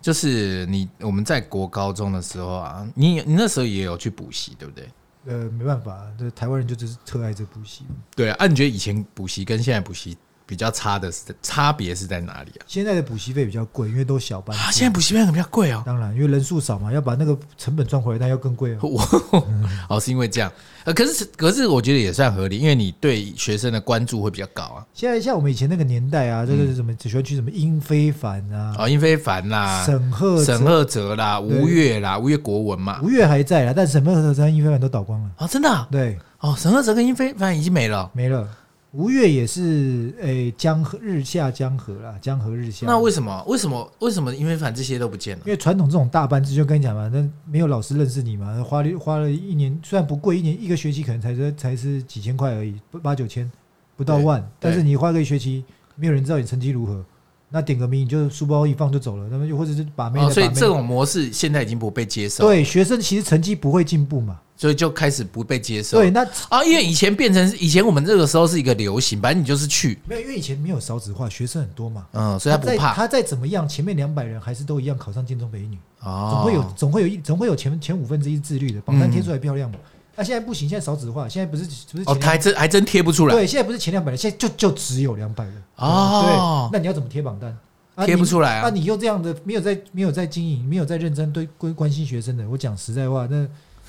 就是你我们在国高中的时候啊，你你那时候也有去补习，对不对？呃，没办法，这台湾人就只是特爱这补习。对啊，啊你觉得以前补习跟现在补习比较差的是差别是在哪里啊？现在的补习费比较贵，因为都小班制。啊，现在补习班可比较贵哦。当然，因为人数少嘛，要把那个成本赚回来，但要更 贵啊。我哦，是因为这样，呃，可是可是我觉得也算合理，因为你对学生的关注会比较高啊，现在像我们以前那个年代啊，就是什么只喜欢去什么英非凡啊、哦，英非凡啦，沈鹤、沈、赫哲啦，吴越啦，吴越国文嘛，吴越还在啦，但沈鹤和英非凡都倒光了。啊，真的啊对，哦，沈赫哲跟英非凡已经没了，没了。吴越也是诶、江河日下江河啦，江河日下。那为什么为什么为什么英非凡这些都不见了因？为传统这种大班制，就跟你讲嘛，那没有老师认识你嘛，花了花了一年，虽然不贵，一年一个学期可能才是才是几千块而已，八八九千不到对万，但是对你花个一学期，没有人知道你成绩如何，那点个名你就书包一放就走了，那么又或者是把妹的、哦，所以把妹这种模式现在已经不被接受，对学生其实成绩不会进步嘛，所以就开始不被接受。对，那啊，因为以前变成以前我们这个时候是一个流行，反正你就是去，没有因为以前没有少子化，学生很多嘛，嗯，所以他再不怕他再怎么样，前面两百人还是都一样考上建中北一女。总哦，会有总会有一总会有前前五分之一自律的，榜单贴出来漂亮嘛。那、现在不行，现在少子化，现在不是不是嗯哦，前他还真还真贴不出来对，现在不是前两百人，现在就就只有两百人哦对，那你要怎么贴榜单？啊贴不出来你啊那、你又这样的，没有在没有在经营，没有在认真对关关心学生的。我讲实在话，那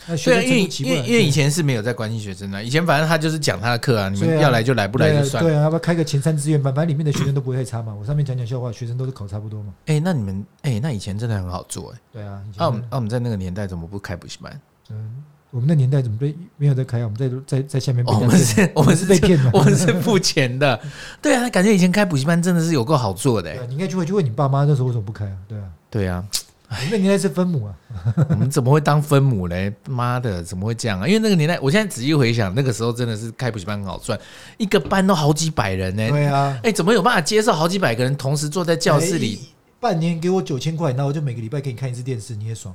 那学对啊，因生成为绩起因不为来，因为以前是没有在关心学生的，以前反正他就是讲他的课啊，你对们啊要来就来，不来就算对了。啊对啊，要不要开个前三志愿班？反正里面的学生都不会太差嘛。我上面讲讲笑话，学生都是考差不多嘛。哎，那你们哎，那以前真的很好做哎。对啊，以前 那我们那我们在那个年代怎么不开补习班？嗯，我们那年代怎么被没有在开啊？我们在在在下面被哦我人们家骗是，我们是被骗的，我们是付钱的。对啊，感觉以前开补习班真的是有够好做的、对欸啊。你应该去问去问你爸妈那时候为什么不开啊？对啊，对啊，我们那年代是分母啊，我们怎么会当分母嘞？妈的，怎么会这样啊？因为那个年代，我现在仔细回想，那个时候真的是开补习班很好赚，一个班都好几百人呢、对啊，哎、怎么有办法接受好几百个人同时坐在教室里？哎半年给我九千块，那我就每个礼拜给你看一次电视，你也爽。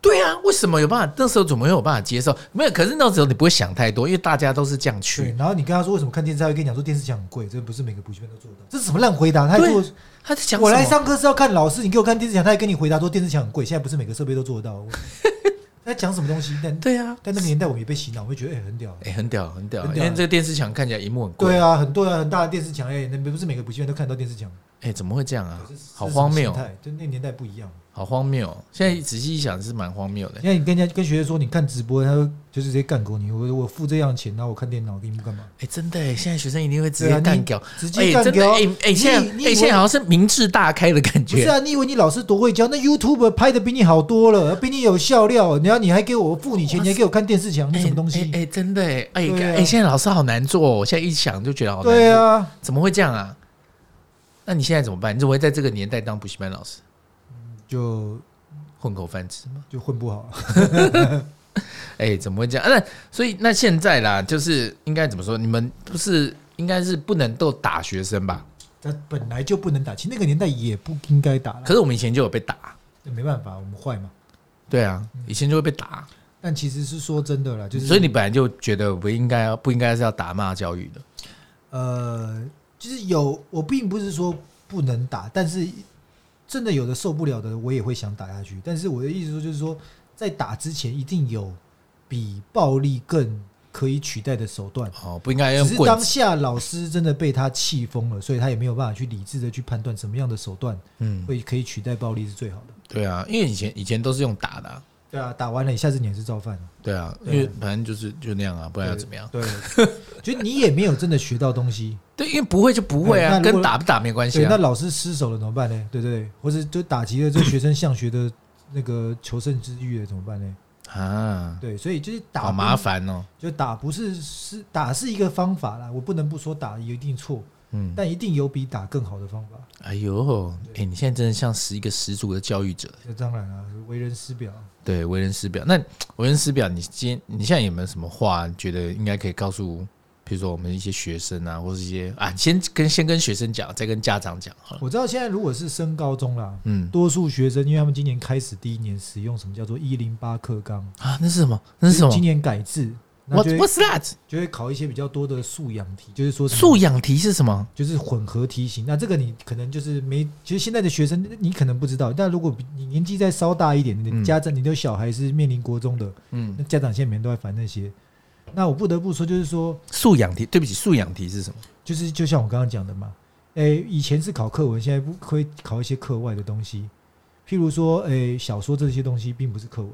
对啊，为什么有办法？那时候怎么会有办法接受？没有，可是那时候你不会想太多，因为大家都是这样对去，。然后你跟他说为什么看电视，他会跟你讲说电视墙很贵，这不是每个补习班都做得到，这是什么烂回答？他还做他在讲我什来么？上课是要看老师，你给我看电视墙，他还跟你回答说电视墙很贵，现在不是每个设备都做得 到。我他在讲什么东西？但对啊，但那个年代我们也被洗脑，我会觉得哎、很屌。哎、很屌，很屌，很因屌为这个电视墙看起来荧幕很贵。对啊，很多啊，很大的电视墙，哎、那不是每个补习班都看得到电视墙，哎、怎么会这样啊这是这是？好荒什谬么，心态就那年代不一样。好荒谬！现在仔细一想是蛮荒谬的。现在你跟人家跟学生说你看直播，他说就是直接干狗你，我我付这样钱，然后我看电脑屏幕干嘛？哎、真的、哎，现在学生一定会直对啊接你干掉，直哎、接真干的，掉。哎、哎、你现在你哎、以为现在好像是明智大开的感不是觉。啊，你以为你老师多会教？那 YouTube 拍的比你好多了，比你有笑料。然后你还给我付你钱，哇你还给我看电视墙，你哎什么东哎、西？哎真的哎、哎、对啊哎、现在老师好难做、哦，我现在一想就觉得好难做。对，啊，怎么会这样啊？那你现在怎么办？你怎么会在这个年代当补习班老师，就混口饭吃吗？就混不好。哎、怎么会这样？啊、那所以那现在啦，就是应该怎么说？你们不是应该是不能够打学生吧？他本来就不能打，其实那个年代也不应该打了可，是我们以前就有被打。那没办法，我们坏嘛。对啊，以前就会被打，但其实是说真的啦，就是所以你本来就觉得不应该不应该是要打骂教育的。呃，就是有我并不是说不能打，但是真的有的受不了的，我也会想打下去。但是我的意思说，就是说在打之前，一定有比暴力更可以取代的手段。哦，不应该只用是棍当子。下老师真的被他气疯了，所以他也没有办法去理智的去判断什么样的手段嗯，会可以取代暴力是最好的。对啊，因为以前以前都是用打的啊、对啊，打完了，下次你还是造犯了。对啊，因对啊为反正就是就那样啊，不然要怎么样？ 对，就你也没有真的学到东西。对，因为不会就不会啊，对那如跟果打不打没关系对，那啊。老师失手了怎么办呢？对对对，或者就打击了这学生向学的那个求胜之欲了怎么办呢？啊，对，所以就是打好不麻，烦哦。就打不是是打是一个方法啦，我不能不说打一定错，嗯，但一定有比打更好的方法。哎呦，哎、你现在真的像是一个十足的教育者，那当然啊，为人师表，对，为人师表。那为人师表，你今天你现在有没有什么话，你觉得应该可以告诉，比如说我们一些学生啊，或是一些啊，先跟先跟学生讲，再跟家长讲好了。我知道现在如果是升高中啦，嗯多数学生因为他们今年开始第一年使用什么叫做一零八课纲，啊，那是什么？那是什么今年改制，那？What 就会 What's that？就会考一些比较多的素养题，就是说什么素养题是什么？就是混合题型。那这个你可能就是没，其实现在的学生你可能不知道，但如果比你年纪再稍大一点，你嗯的家长、你的小孩是面临国中的，嗯那，家长现在每天都在烦那些。那我不得不说，就是说，素养题，对不起，素养题是什么？就是就像我刚刚讲的嘛，诶、以前是考课文，现在不会考一些课外的东西，譬如说，诶、小说这些东西并不是课文，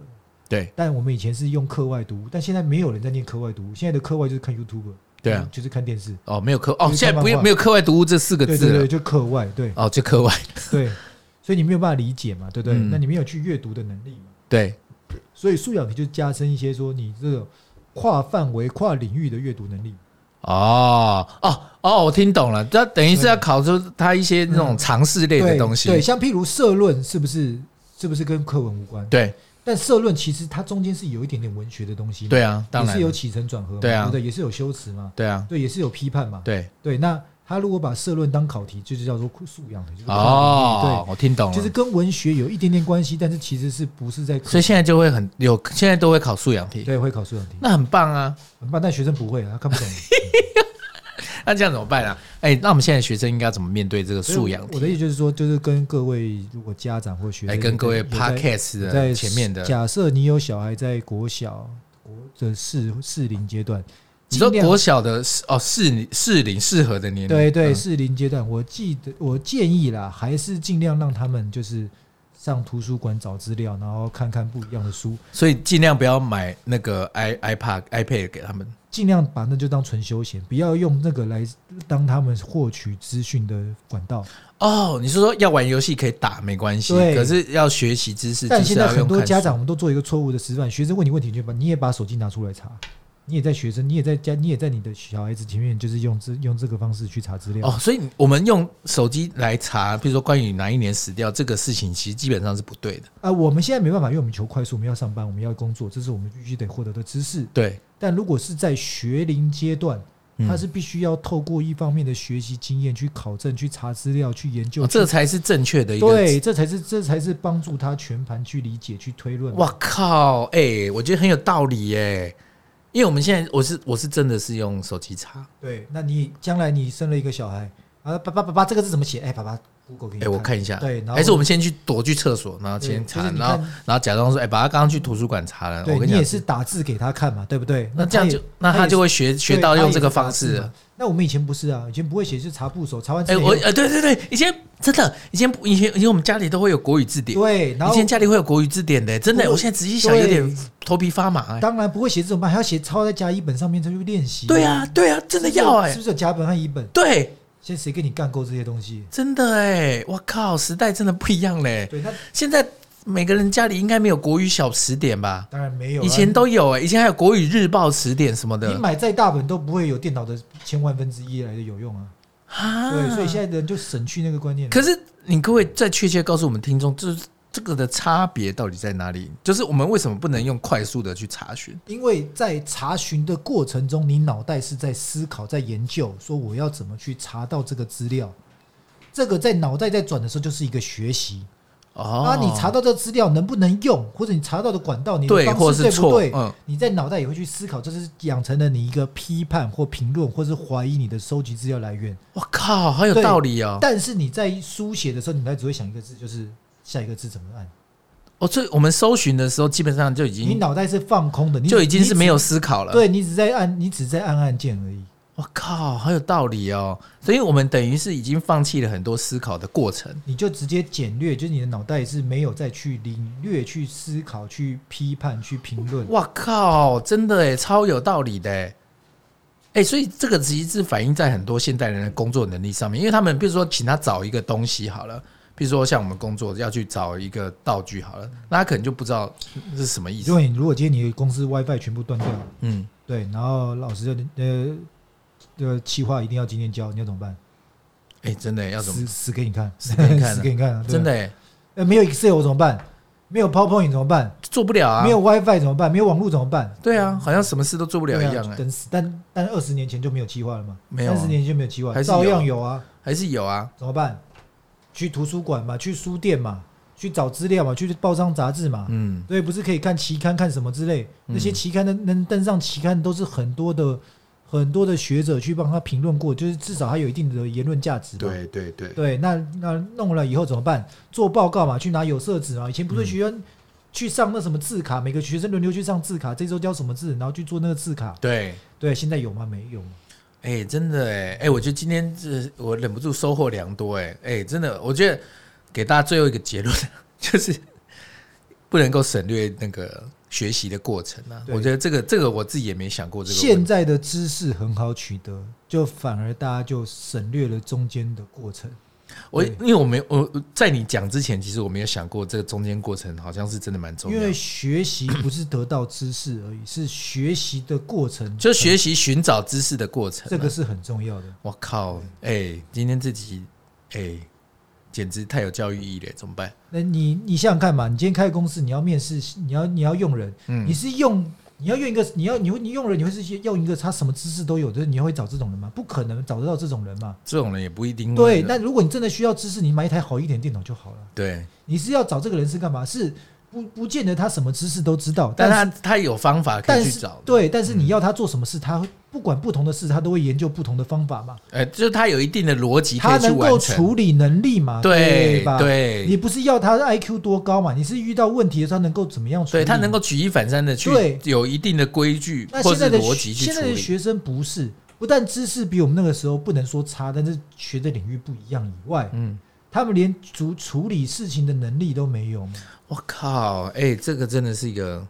对但我们以前是用课外读物，但现在没有人在念课外读物，现在的课外就是看 YouTube，对啊，就是看电视，哦，没有课哦，就是现在不看漫用画没有课外读物这四个对字对对，了，就课外，对，哦，就课外， 对，所以你没有办法理解嘛，对不对？嗯那你没有去阅读的能力嘛，对，所以素养题就加深一些说你这种跨范围、跨领域的阅读能力。哦哦哦，我听懂了，这等于是要考出他一些那种常识类的对东西，对，像譬如社论，是不是是不是跟课文无关？对但社论其实它中间是有一点点文学的东西，，对啊，当也然是有起承转合嘛，对啊不对，也是有修辞嘛，对啊，对，也是有批判嘛，对对。那他如果把社论当考题，就是叫做素养的，就是跨领域哦哦，我听懂对，就是了。跟文学有一点点关系，但是其实是不是在课所以现在就会很有，现在都会考素养题，对会考素养题，那很棒啊。很棒，但学生不会啊，他看不懂。那这样怎么办啊？哎、那我们现在学生应该怎么面对这个 所以素养我的题？意思就是说，就是跟各位如果家长或学来生，跟各位有在 podcast 有在的前面的，假设你有小孩在国小国的适适龄阶段，你说尽量国小的哦适适龄适合的年龄，对对嗯适龄阶段，我记得我建议啦，还是尽量让他们就是上图书馆找资料，然后看看不一样的书。所以尽量不要买那个 i iPad iPad 给他们。尽量把那就当纯休闲，不要用那个来当他们获取资讯的管道。哦，你是说要玩游戏可以打没关系，对可是要学习知识，但就是现在要很用多看家书长，我们都做一个错误的示范：学生问你问题，你就把你也把手机拿出来查，你也在学生，你也在家，你也在你的小孩子前面，就是用这用这个方式去查资料。哦，所以我们用手机来查，比如说关于哪一年死掉这个事情，其实基本上是不对的。啊，我们现在没办法，因为我们求快速，我们要上班，我们要工作，这是我们必须得获得的知识。对，但如果是在学龄阶段，嗯他是必须要透过一方面的学习经验去考证、去查资料、去研究。哦、这去才是正确的一个。对，，这才是这才是帮助他全盘去理解、去推论。哇靠，哎、我觉得很有道理耶、因为我们现在我是我是真的是用手机查，对，那你将来你生了一个小孩啊，爸爸爸爸这个字怎么写？哎，爸爸 Google 给哎、你。我看一下，对，然后还是我们先去躲去厕所，然后对先查，就是你然后看然后假装说，哎、把他刚刚去图书馆查了。对我跟你讲也，是打字给他看嘛，对不对？那他这样也就那他他也就会学学对到他用也这是个打方字式嘛。那我们以前不是啊，以前不会写，就是查部首，查完字哎、以后我呃，对对对，以前真的，以前以前以前我们家里都会有国语字典，对，然以后前家里会有国语字典的，真的，不我现在仔细想有点头皮发麻、哎当然不会写这种办，还要写抄在甲乙本上面再去练习。对啊，对啊，真的要哎、是不是有甲本和乙本？对，现在谁跟你干够这些东西？真的哎、我靠，时代真的不一样嘞、对，那现在每个人家里应该没有国语小词典吧？当然没有啊。以前都有哎、以前还有国语日报词典什么你的买再大本都不会有电脑的千万分之一来的有用啊。啊。对，所以现在的人就省去那个观念了。可是你可不可以再确切告诉我们听众，就是这个的差别到底在哪里？就是我们为什么不能用快速的去查询？因为在查询的过程中，你脑袋是在思考、在研究，说我要怎么去查到这个资料。这个在脑袋在转的时候，就是一个学习。哦，啊，你查到这资料能不能用，或者你查到的管道，你的对或方者是式对不错？对？嗯，你在脑袋也会去思考，这是养成了你一个批判或评论，或是怀疑你的收集资料来源。我靠，好有对道理哦。但是你在书写的时候，你脑袋只会想一个字，就是下一个字怎么按。哦，所以我们搜寻的时候，基本上就已你经脑袋是放空的，你就已经是没有有思考了。，对你只在按，你只在按按键而已。我靠，好有道理哦。所以我们等于是已经放弃了很多思考的过程。你就直接简略，就是你的脑袋是没有再去领略、去思考、去批判、去评论。哇靠，真的哎，超有道理的哎。哎，所以这个其实是反映在很多现代人的工作能力上面，因为他们比如说请他找一个东西好了，比如说像我们工作要去找一个道具好了，那他可能就不知道是什么意因思。为你如果今天你的公司 WiFi 全部断掉，嗯，对，然后老师就呃呃，企划一定要今天交，你要怎么办？哎，真的哎要怎么死？死给你看，死给你看啊 死给你看啊，对啊真的。哎，呃，没有 Excel 怎么办？没有 PowerPoint 怎么办？做不了啊。没有 WiFi 怎么办？没有网络怎么办？对啊，好像什么事都做不了对一啊样哎、等死，但但二十年前就没有计划了嘛，没有啊三十年前就没有计划，还是有照样有啊，还是有啊。怎么办？去图书馆嘛，去书店嘛，去找资料嘛，去报章杂志嘛，嗯，对，不是可以看期刊看什么之类，那些期刊能能登上期刊都是很多的很多的学者去帮他评论过，就是至少他有一定的言论价值嘛。对对，对，那那弄了以后怎么办？做报告嘛，去拿有色纸嘛。以前不是学生去上那什么字卡，每个学生轮流去上字卡，这周教什么字，然后去做那个字卡。对，对，现在有吗？没有嘛。哎、真的哎、哎、我觉得今天这我忍不住收获良多哎、哎、真的，我觉得给大家最后一个结论 就是不能够省略那个学习的过程啊。对我觉得这个这个我自己也没想过这个问现题。在的知识很好取得，就反而大家就省略了中间的过程。我对因为我没我在你讲之前，其实我没有想过这个中间过程好像是真的蛮重因要为的。学习不是得到知识而已，是学习的过程，就学习寻找知识的过程啊、这个是很重要的。我靠，哎、今天这集，哎、简直太有教育意义了，怎么办？那你你想想看嘛，你今天开公司，你要面试，你要你要用人，嗯你是用你要用一个你要你会你用人，你会是用一个他什么知识都有的，你会找这种人吗？不可能找得到这种人嘛。这种人也不一定会对，的那如果你真的需要知识，你买一台好一点电脑就好了。对，你是要找这个人是干嘛？是不不见得他什么知识都知道，但是他他有方法可但以去是找的，嗯对，但是你要他做什么事，他会不管不同的事，他都会研究不同的方法嘛。呃，就是他有一定的逻辑可他以去能完够成，处理能力嘛？对吧？你对不是要他的 IQ 多高嘛？你是遇到问题的时候他能够怎么样处对，理嘛？他能够举一反三的去对有一定的规矩那或现在是的逻学辑去现处在的理，学生不是，不但知识比我们那个时候不能说差，但是学的领域不一样以外，嗯。他们连处处理事情的能力都没有嘛。我靠，哎、这个真的是一个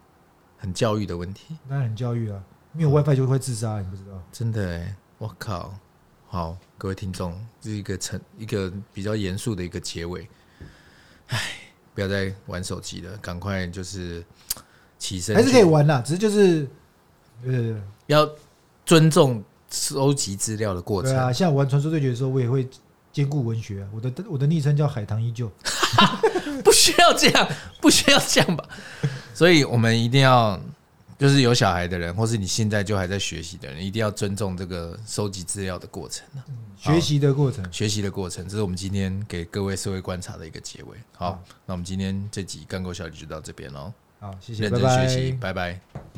很教育的问题。当然很教育啊。没嗯有 WiFi 就会自杀，你不知道。真的哎、我靠！好，各位听众，这是一个成一个比较严肃的一个结尾。唉，不要再玩手机了，赶快就是起身去，还是可以玩啦，只是就是，呃，要尊重收集资料的过对程。啊，像我玩《传说对决》的时候，我也会兼顾文学啊、我的我的昵称叫海棠依旧，不需要这样，不需要这样吧？所以我们一定要，就是有小孩的人，或是你现在就还在学习的人，一定要尊重这个收集资料的过程啊学习的过程。学习的过程。这是我们今天给各位社会观察的一个结尾。好，那我们今天这集干够小李就到这边喽，好，谢谢，认拜真学拜。习，拜拜。